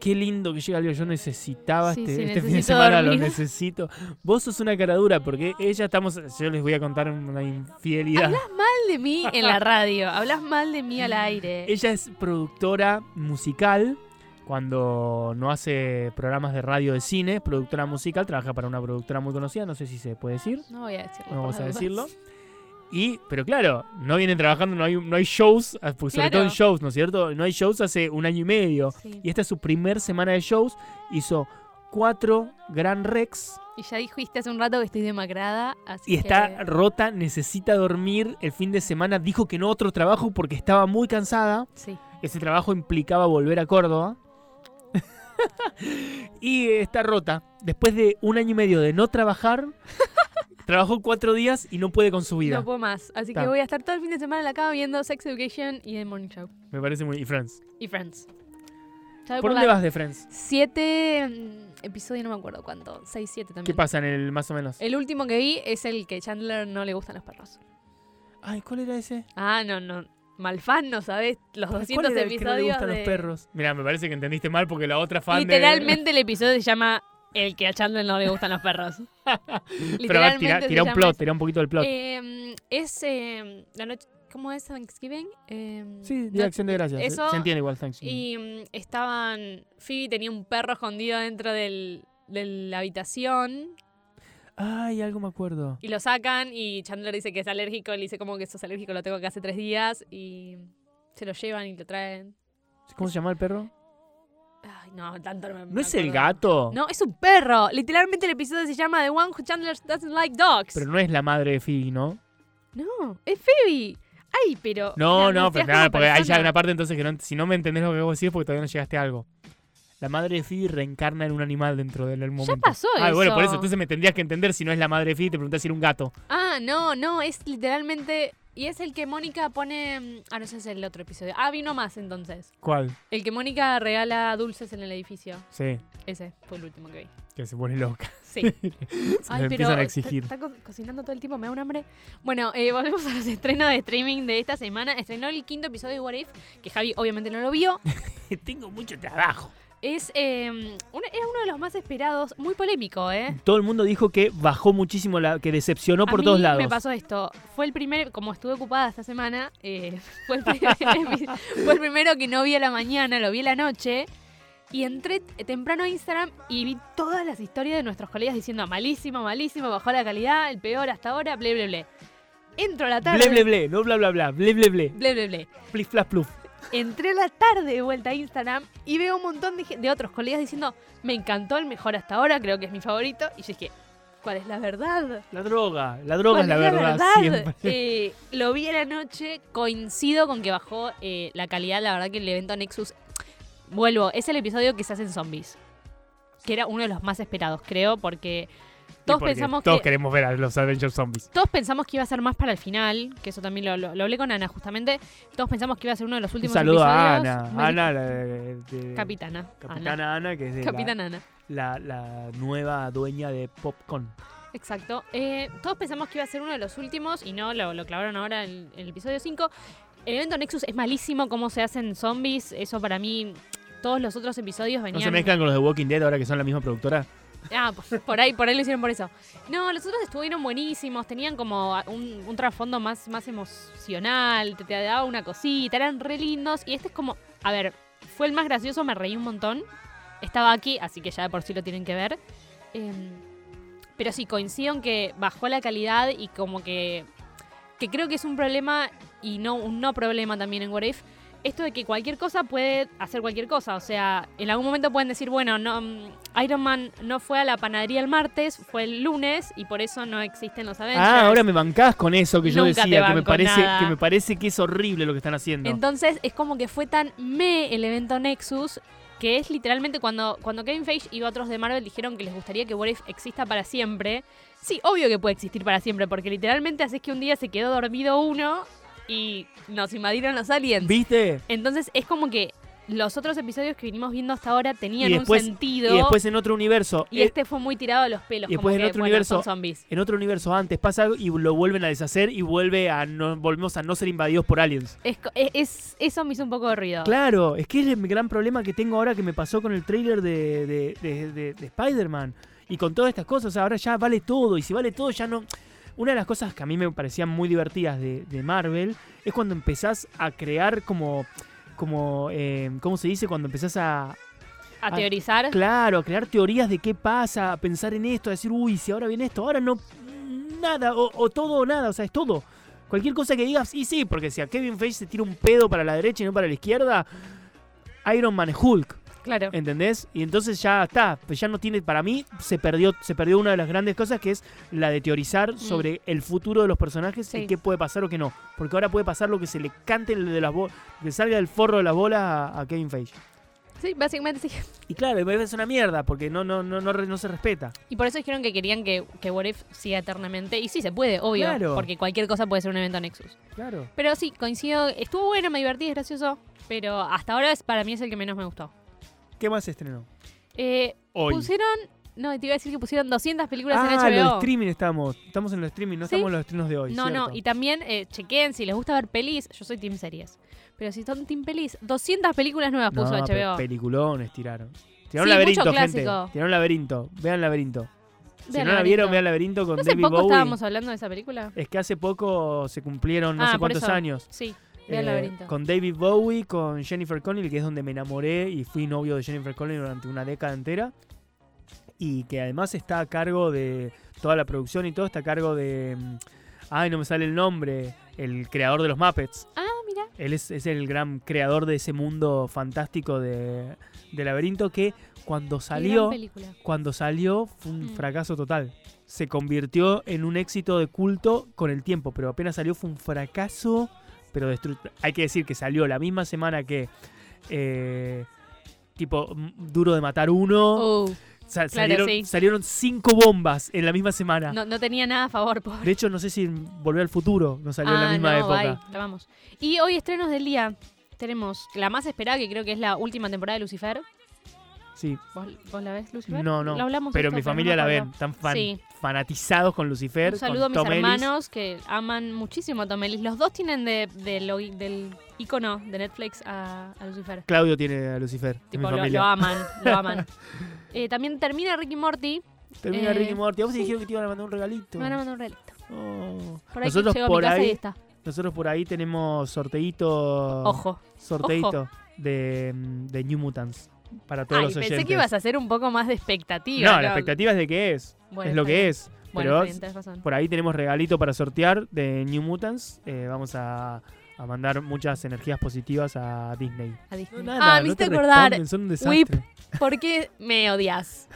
qué lindo que llega Leo. Yo necesitaba
Sí,
este,
sí,
este fin de
necesito
semana,
dormir.
lo necesito. Vos sos una cara dura porque ella estamos. Yo les voy a contar una
<laughs>
infidelidad.
Mal de mí en la radio. Hablas mal de mí al aire.
Ella es productora musical. Cuando no hace programas de radio de cine, es productora musical, trabaja para una productora muy conocida, no sé si se puede decir,
No voy a decirlo.
no
por
vamos
las
a
dudas.
decirlo. Y, pero claro, no vienen trabajando, no hay, no hay shows, ah, pues, sobre todo
Claro.
en shows, ¿no es cierto? No hay shows hace un año y medio.
Sí.
Y esta es su primer semana de shows, hizo cuatro Gran Rex
Y ya dijiste hace un rato que estoy demacrada, así
y
que-
está rota, necesita dormir. El fin de semana dijo que no a otro trabajo porque estaba muy cansada.
Sí.
Ese trabajo implicaba volver a Córdoba. <laughs> y eh, está rota. Después de un año y medio de no
<laughs>
trabajar, trabajó cuatro días y no puede con su vida.
No puedo más. Así
Ta.
que voy a estar todo el fin de semana en la cama viendo Sex Education y The Morning Show.
Me parece muy. Y Friends.
Y Friends. Ya
¿Por,
voy por
dónde
la-
vas de Friends?
Siete mm, episodios, no me acuerdo cuánto. Seis, siete también.
¿Qué pasa en el más o menos?
El último que vi es el que Chandler no le gustan los perros.
Ay, ¿cuál era ese?
Ah, no, no. Mal fan, no sabes. Los
¿Cuál
200
era el que no
episodios.
le gustan
de-
los perros? Mira, me parece que entendiste mal porque la otra fan de-
Literalmente el episodio se llama El que a Chandler no le gustan los perros.
<laughs> Pero a ver, tira,
se
tira un
llama
plot,
eso.
tira un poquito del plot.
Eh, es eh, la noche. ¿Cómo es Thanksgiving? Eh,
sí,
no-
de acción de gracias. eh.
eso
Se entiende igual, thanks.
Y mm, estaban. Phoebe tenía un perro escondido dentro del- de la habitación
Ay, algo me acuerdo.
y lo sacan y Chandler dice que es alérgico. Le dice como que sos alérgico, lo tengo acá hace tres días y se lo llevan y lo traen.
¿Cómo se llamaba el perro?
Ay, no, tanto no me
¿No es el
acuerdo.
gato?
No, es un perro. Literalmente el episodio se llama The One Who Chandler Doesn't Like Dogs.
Pero no es la madre de Phoebe, ¿no?
No, es Phoebe. Ay, pero.
No,
la
no, pero
angustias
nada,
como
porque hay ya
persona.
una parte entonces que no- si no me entendés lo que vos decís es porque todavía no llegaste a algo. La madre de Phoebe reencarna en un animal dentro del momento.
pasó
Ah, bueno, por eso
eso.
entonces me tendrías que entender si no es la madre de Phoebe, te preguntás si era un gato.
Ah, no, no, es literalmente. Y es el que Mónica pone. mm, Ah, no, ese es el otro episodio. Ah, vino más entonces.
¿Cuál?
El que Mónica regala dulces en el edificio.
Sí,
Ese fue el último que vi.
que se pone loca. <laughs>
Sí.
Se le empiezan a exigir.
Está, está co- cocinando todo el tiempo, me da un hambre. Bueno, eh, volvemos a los estrenos de streaming de
<laughs>
esta semana. Estrenó el quinto episodio de What If, que Javi obviamente no lo vio.
Tengo mucho trabajo.
Es, eh, un- era uno de los más esperados, muy polémico, ¿eh?
Todo el mundo dijo que bajó muchísimo, la, que decepcionó por
a mí
todos lados.
Me pasó esto. Fue el primer, como estuve ocupada esta semana, eh, <laughs> fue, el primer- fue el primero que no vi a la mañana, lo vi a la noche. Y entré temprano a Instagram y vi todas las historias de nuestros colegas diciendo malísimo, malísimo, bajó la calidad, el peor hasta ahora, ble, ble, ble. Entro a la
Ble,
tarde.
ble, ble, no bla, bla, bla, ble, ble, ble,
ble, ble, ble.
plif, plaf, pluf.
Entré a la tarde de vuelta a Instagram y veo un montón de, ge- de otros colegas diciendo me encantó el mejor hasta ahora, creo que es mi favorito. Y yo dije, ¿cuál es la verdad?
La droga, la droga es la
Cuando
verdad,
es
siempre.
<laughs> eh, lo vi a la noche, coincido con que bajó eh, la calidad, la verdad que el evento Nexus... Vuelvo, es el episodio que se hacen zombies, que era uno de los más esperados, creo, porque todos
Porque
pensamos
todos
que...
queremos ver a los Adventure Zombies.
Todos pensamos que iba a ser más para el final, que eso también lo, lo- lo hablé con Ana justamente. Todos pensamos que iba a ser uno de los
Un
últimos
saludo a
episodios.
Ana,
Me-
Ana, la de- de-
Capitana. Ana.
Capitana Ana, que es de la-
Capitana Ana.
la, la nueva dueña de Popcorn.
Exacto. Eh, todos pensamos que iba a ser uno de los últimos y no, lo, lo clavaron ahora en, en el episodio 5. El evento Nexus es malísimo cómo se hacen zombies. Eso para mí, todos los otros episodios
¿No
venían...
se mezclan con los de Walking Dead ahora que son la misma productora?
Ah, por- por ahí, por ahí lo hicieron por eso. No, los otros estuvieron buenísimos, tenían como un, un trasfondo más, más emocional, te, te daba una cosita, eran re lindos. Y este es como, a ver, fue el más gracioso, me reí un montón. Estaba aquí, así que ya de por sí lo tienen que ver. Em, pero sí, coincido en que bajó la calidad y como que. que creo que es un problema y no un no problema también en What If. Esto de que cualquier cosa puede hacer cualquier cosa. O sea, en algún momento pueden decir, bueno, no, mm, Iron Man no fue a la panadería el martes, fue el lunes y por eso no existen los Avengers.
Ah, ahora me bancás con eso que yo
Nunca te
decía, que me,
banco
parece,
nada.
que me parece que es horrible lo que están haciendo.
Entonces es como que fue tan me el evento Nexus que es literalmente cuando, cuando Kevin Feige y otros de Marvel dijeron que les gustaría que What If exista para siempre. Sí, obvio que puede existir para siempre, porque literalmente así es que un día se quedó dormido uno y nos invadieron los aliens.
¿Viste?
Entonces es como que los otros episodios que vinimos viendo hasta ahora tenían
Y después-
un
Y
sentido
después en otro universo.
y
eh,
este fue muy tirado de los pelos.
y
como
después en
que,
otro
bueno,
universo-
son zombies.
En otro universo antes pasa algo y lo vuelven a deshacer y vuelve a no, volvemos a no ser invadidos por aliens.
Es co- es- es- eso me hizo un poco de ruido.
Claro, es que es el gran problema que tengo ahora que me pasó con el trailer de, de- de- de- de Spider-Man y con todas estas cosas. Ahora ya vale todo y si vale todo ya no... Una de las cosas que a mí me parecían muy divertidas de, de Marvel es cuando empezás a crear como... como eh, ¿Cómo se dice? Cuando empezás a...
A
Ah,
teorizar.
Claro, a crear teorías de qué pasa, a pensar en esto, a decir, uy, si ahora viene esto, ahora no... Nada, o, o todo o nada, o sea, es todo. Cualquier cosa que digas, y sí, porque si a Kevin Feige se tira un pedo para la derecha y no para la izquierda, Iron Man es Hulk.
claro.
eh. ¿Entendés? Y entonces ya está, pues ya no tiene, para mí se perdió, se perdió una de las grandes cosas que es la de teorizar sobre el futuro de los personajes y
Sí.
qué puede pasar o qué no. Porque ahora puede pasar lo que se le cante de las bo- que salga del forro de las bolas a, a Kevin Feige.
Sí, básicamente sí.
Y claro, y es una mierda, porque no, no, no, no, re- no se respeta.
Y por eso dijeron que querían que, que What If siga eternamente. Y sí, se puede, obvio.
Claro.
Porque cualquier cosa puede ser un evento Nexus.
Claro.
Pero sí, coincido. Estuvo bueno, me divertí, es gracioso. Pero hasta ahora es, para mí es el que menos me gustó.
¿Qué más se estrenó?
Eh,
Hoy.
pusieron... No, te iba a decir que pusieron 200 películas
ah,
en
los
HBO.
streaming estamos. Estamos en los streaming, no
Sí.
estamos en los estrenos de hoy.
no, no.
cierto.
Y también, eh, chequen, si les gusta ver pelis, yo soy team series. Pero si son team pelis, 200 películas nuevas puso
No, pe-
HBO.
peliculones tiraron. Tiraron
mucho
laberinto, gente.
clásico.
Tiraron laberinto. Vean laberinto. Si
Vean
no la vieron,
Laberinto.
vean laberinto con
¿No hace
David
poco
Bowie.
estábamos hablando de esa película?
Es que hace poco se cumplieron no
Ah,
sé
por
cuántos
eso.
años.
Sí, vean
eh,
Laberinto.
Con David Bowie, con Jennifer Connelly, que es donde me enamoré y fui novio de Jennifer Connelly durante una década entera. Y que además está a cargo de toda la producción y todo, está a cargo de. mm, Ay, no me sale el nombre. El creador de los Muppets.
Ah, mira.
Él es, es el gran creador de ese mundo fantástico de, de Laberinto que cuando salió
película.
cuando salió fue un
Mm.
fracaso total. Se convirtió en un éxito de culto con el tiempo, pero apenas salió fue un fracaso. Pero destru- hay que decir que salió la misma semana que eh, tipo m- Duro de Matar Uno.
Oh.
Sa-
claro,
salieron,
sí.
salieron cinco bombas en la misma semana.
No, no tenía nada a favor, pobre.
De hecho, no sé si Volver al Futuro no salió en la
Ah,
misma
no,
época.
bye, la vamos. Y hoy estrenos del día. Tenemos la más esperada, que creo que es la última temporada de Lucifer.
Sí,
¿Vos, vos la ves, Lucifer?
no, no.
Lo hablamos
pero
esto,
mi familia la
no me
ven.
acuerdo.
Están fan-
Sí.
fanatizados con Lucifer.
Un saludo a
con
mis
Tom Ellis.
hermanos que aman muchísimo a Tom Ellis. Los dos tienen de, de lo- del ícono de Netflix a, a Lucifer.
Claudio tiene a Lucifer. en
Tipo,
mi
lo,
familia.
lo aman,
<laughs>
lo aman. Eh, también termina Ricky Morty.
Termina
Eh,
Ricky Morty. A vos te
sí.
dijeron que te iban a mandar un regalito.
Me van a mandar un regalito.
Oh.
Por ahí
nosotros
que llego a mi
por
casa
ahí,
y está.
nosotros por ahí tenemos sorteito.
Ojo.
Sorteito de, mm, de New Mutants para todos
Ay,
los
pensé
oyentes.
que ibas a hacer un poco más de
no,
expectativa.
la expectativa es de qué es.
Bueno,
es lo
está
que
bien.
es.
Bueno,
pero
está bien, tenés razón.
Por ahí tenemos regalito para sortear de New Mutants. Eh, vamos a, a mandar muchas energías positivas a Disney.
A Disney.
No,
ah,
nada,
me
no
hiciste
te
acordar.
responden, son un
Whip.
desastre.
¿Por qué
<laughs>
me odias?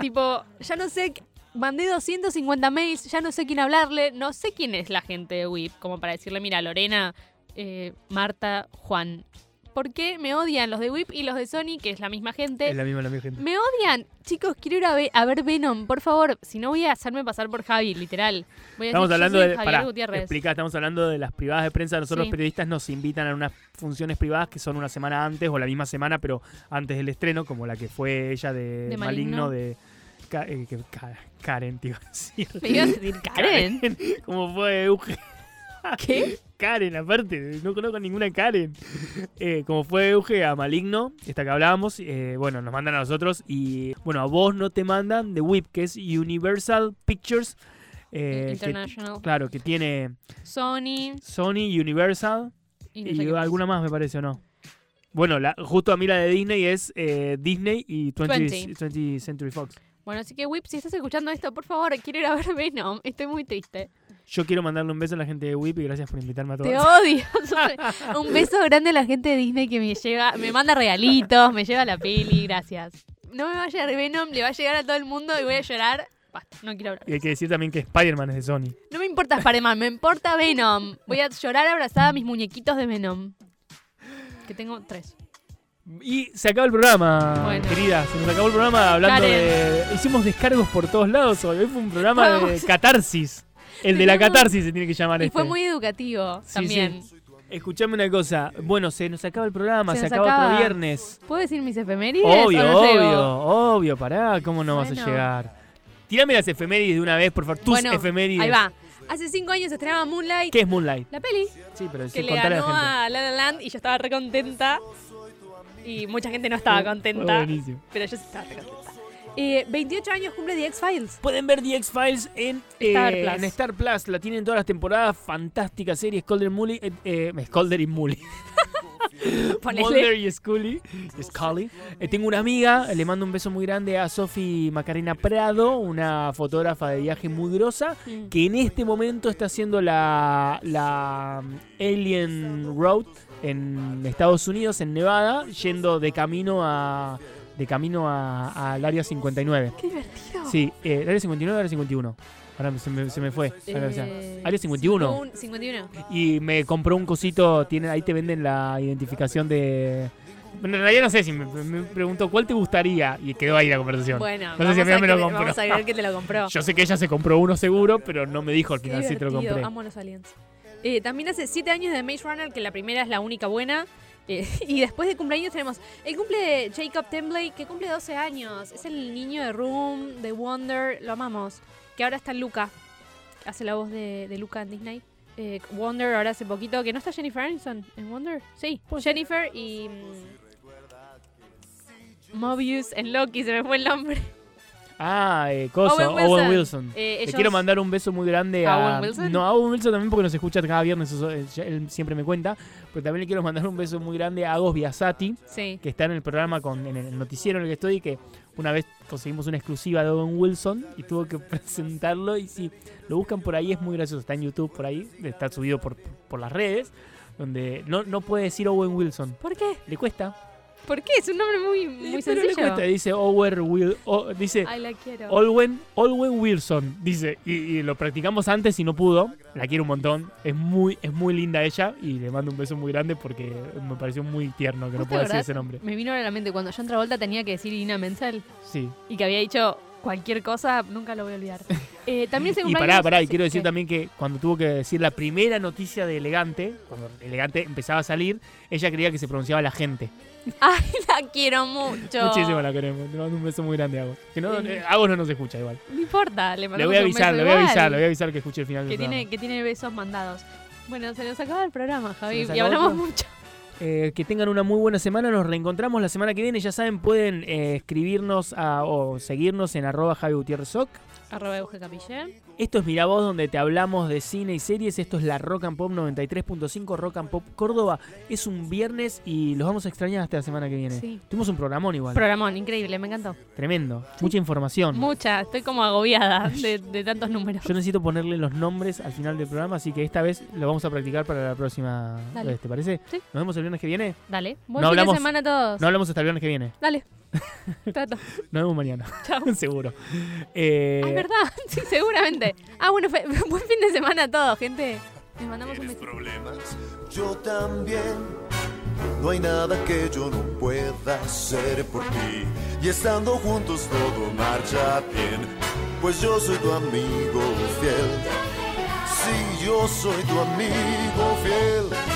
tipo, ya no sé. Mandé 250 mails, ya no sé quién hablarle, no sé quién es la gente de WIP, como para decirle, mira, Lorena, eh, Marta, Juan, ¿por qué me odian los de WIP y los de Sony, que es la misma gente?
Es la misma, la misma gente.
Me odian, chicos, quiero ir a, ve- a ver Venom, por favor, si no voy a hacerme pasar por Javi, literal. Voy a
Estamos
decir, "Yo
hablando
soy
de.
Javier
pará,
Gutiérrez.
explica, estamos hablando de las privadas de prensa. Nosotros,
Sí.
los periodistas, nos invitan a unas funciones privadas que son una semana antes o la misma semana, pero antes del estreno, como la que fue ella de,
De Maligno.
Maligno, de. Ca- eh, que- Ca- Karen, te iba a decir. <laughs>
Me iba a decir Karen.
como fue Euge.
¿Qué?
Karen, aparte, no conozco ninguna Karen. Eh, como fue Euge a Maligno, esta que hablábamos, eh, bueno, nos mandan a nosotros y, bueno, a vos no te mandan de WIP, que es Universal Pictures. eh, que-
International.
claro, que tiene
Sony.
Sony, Universal
Y no sé
y
qué más.
alguna más, me parece, ¿o no? Bueno, la, justo a mí la de Disney es eh, Disney y 20,
20.
20th Century Fox.
Bueno, así que Whip, si estás escuchando esto, por favor, quiero ir a ver Venom. Estoy muy triste.
Yo quiero mandarle un beso a la gente de WIP y gracias por invitarme a todos.
Te odio. <laughs> Un beso grande a la gente de Disney que me lleva, me manda regalitos, me lleva la peli, gracias. No me va a llegar Venom, le va a llegar a todo el mundo y voy a llorar. Basta, no quiero hablar.
Y hay que decir también que Spider-Man es de Sony.
No me importa Spider-Man, me importa Venom. Voy a llorar abrazada a mis muñequitos de Venom. Que tengo tres.
Y se acaba el programa,
Bueno.
querida. Se nos acabó el programa hablando
Karen.
de. Hicimos descargos por todos lados hoy. Hoy fue un programa
Vamos.
de catarsis. El de la
Tenemos-
catarsis se tiene que llamar
Y
este.
fue muy educativo
Sí,
también.
Escuchame una cosa. Bueno, se nos acaba el programa,
Se
se,
nos
acaba,
acaba.
otro viernes.
¿Puedo decir mis efemérides? o
Obvio,
no llego?
obvio, obvio. Pará, ¿cómo no vas
Bueno.
a llegar? Tírame las efemérides de una vez, por favor. Tus
Bueno,
efemérides.
Ahí va. Hace cinco años se estrenaba Moonlight.
¿Qué es Moonlight?
La peli.
Sí, pero
que
sí,
le
contale a
ganó
la gente.
a La La Land y yo estaba re contenta. Y mucha gente no estaba
Fue
contenta,
buenísimo.
pero yo sí estaba re contenta. Eh, 28 años cumple The X-Files.
Pueden ver The X-Files en, eh,
Star Plus.
en Star Plus. La tienen todas las temporadas. Fantástica serie. Scolder, y Mully, eh, eh, Scolder y Mully.
<laughs> Ponele.
Mulder y Scully. Scully. Eh, tengo una amiga. Le mando un beso muy grande a Sofi Macarena Prado, una fotógrafa de viaje muy grosa,
Mm.
que en este momento está haciendo la, la um, Alien Road en Estados Unidos, en Nevada, yendo de camino a de camino a- al área 59.
Qué divertido.
Sí, eh, el área 59 o área 51. Ahora me- se me, se me fue. Ahora, o sea,
Eh,
área 51.
un- 51.
Y me compró un cosito, tienen, ahí te venden la identificación de... Bueno, en realidad no sé si me, me preguntó cuál te gustaría y quedó ahí la conversación.
Bueno,
No sé
vamos,
si a mí
a
me lo
creer-
compró.
vamos a creer que te
<laughs>
lo compró.
Yo sé que ella se compró uno seguro, pero no me dijo al
Qué
final si te lo
divertido,
compré.
Amo a los aliens. Eh, también hace 7 años de Maze Runner, que la primera es la única buena. Eh, <laughs> y después de cumpleaños tenemos el cumple de Jacob Temblay, que cumple 12 años. Es el niño de Room, de Wonder, lo amamos. Que ahora está en Luca. Hace la voz de, de Luca en Disney. Eh, Wonder ahora hace poquito, que no está Jennifer Aniston en Wonder. Sí,
Pues
Jennifer y... mm, Mobius en Loki, se me fue el nombre.
Ah, eh, cosa,
Owen
Owen
Wilson.
Wilson.
Eh,
Le
ellos-
quiero mandar un beso muy grande
¿A
a...
Owen Wilson?
No, a Owen Wilson también porque nos escucha cada viernes, eso- eh, ya él siempre me cuenta. Pero también le quiero mandar un beso muy grande a Agos Biasati,
Sí.
que está en el programa, con, en el noticiero en el que estoy, que una vez conseguimos una exclusiva de Owen Wilson y tuvo que <laughs> presentarlo. Y si lo buscan por ahí, es muy gracioso. Está en YouTube por ahí, está subido por, por las redes, donde no, no puede decir Owen Wilson.
¿Por qué?
Le cuesta.
¿Por qué? Es un nombre muy, muy
pero
sencillo.
le cuesta. Dice Owen Wil- o- dice
Ay, la quiero.
Olwen, Olwen Wilson, dice, y, y lo practicamos antes y no pudo. La quiero un montón. Es muy, es muy linda ella y le mando un beso muy grande porque me pareció muy tierno que no
¿Vos te
pueda decir
acordás?
ese nombre.
Me vino a la mente cuando John Travolta tenía que decir Irina Menzel
Sí.
y que había dicho cualquier cosa, nunca lo voy
<laughs>
a olvidar. Eh, también se
Y pará,
cumpleaños-
pará, y
sí,
quiero decir
¿qué?
también que cuando tuvo que decir la primera noticia de Elegante, cuando Elegante empezaba a salir, ella creía que se pronunciaba la gente.
Ay, <laughs> la quiero mucho.
Muchísimo la queremos. Le mando un beso muy grande a Agos. Que no,
Sí.
eh, Agos no nos escucha igual.
No importa, le,
Le voy a avisar, le voy a avisar, le voy a
a
avisar que escuche el final
Que
del
tiene,
programa.
que tiene besos mandados. Bueno, se nos acaba el programa, Javi.
nos
Y
acabó el
hablamos
programa.
mucho.
Eh, que tengan una muy buena semana. Nos reencontramos la semana que viene. Ya saben, pueden eh, escribirnos a- o seguirnos en arroba Javi Gutiérrez Oc.
Arroba Euge Capillé.
Esto es Mirá Vos, donde te hablamos de cine y series. Esto es la Rock and Pop 93.5, Rock and Pop Córdoba. Es un viernes y los vamos a extrañar hasta la semana que viene.
Sí.
Tuvimos un programón igual.
Programón, increíble, me encantó.
Tremendo. Mucha información.
Mucha, estoy como agobiada de, de tantos números.
Yo necesito ponerle los nombres al final del programa, así que esta vez lo vamos a practicar para la próxima
Dale.
vez, ¿te parece?
Sí.
Nos vemos el viernes que viene.
Dale. Buen
No
fin
hablamos-
de semana a todos.
No hablamos hasta el viernes que viene. <laughs>
Dale. Trato.
Nos vemos mañana.
Chao.
<laughs> Seguro. Eh,
Ah, es verdad. <laughs> Sí, seguramente. Ah, bueno, fe- <laughs> buen fin de semana a todos, gente. Les mandamos un
¿Tienes
besito.
problemas?
Yo también. No hay nada que yo no pueda hacer por ti. Y estando juntos todo marcha bien. Pues yo soy tu amigo fiel. Sí, yo soy tu amigo fiel.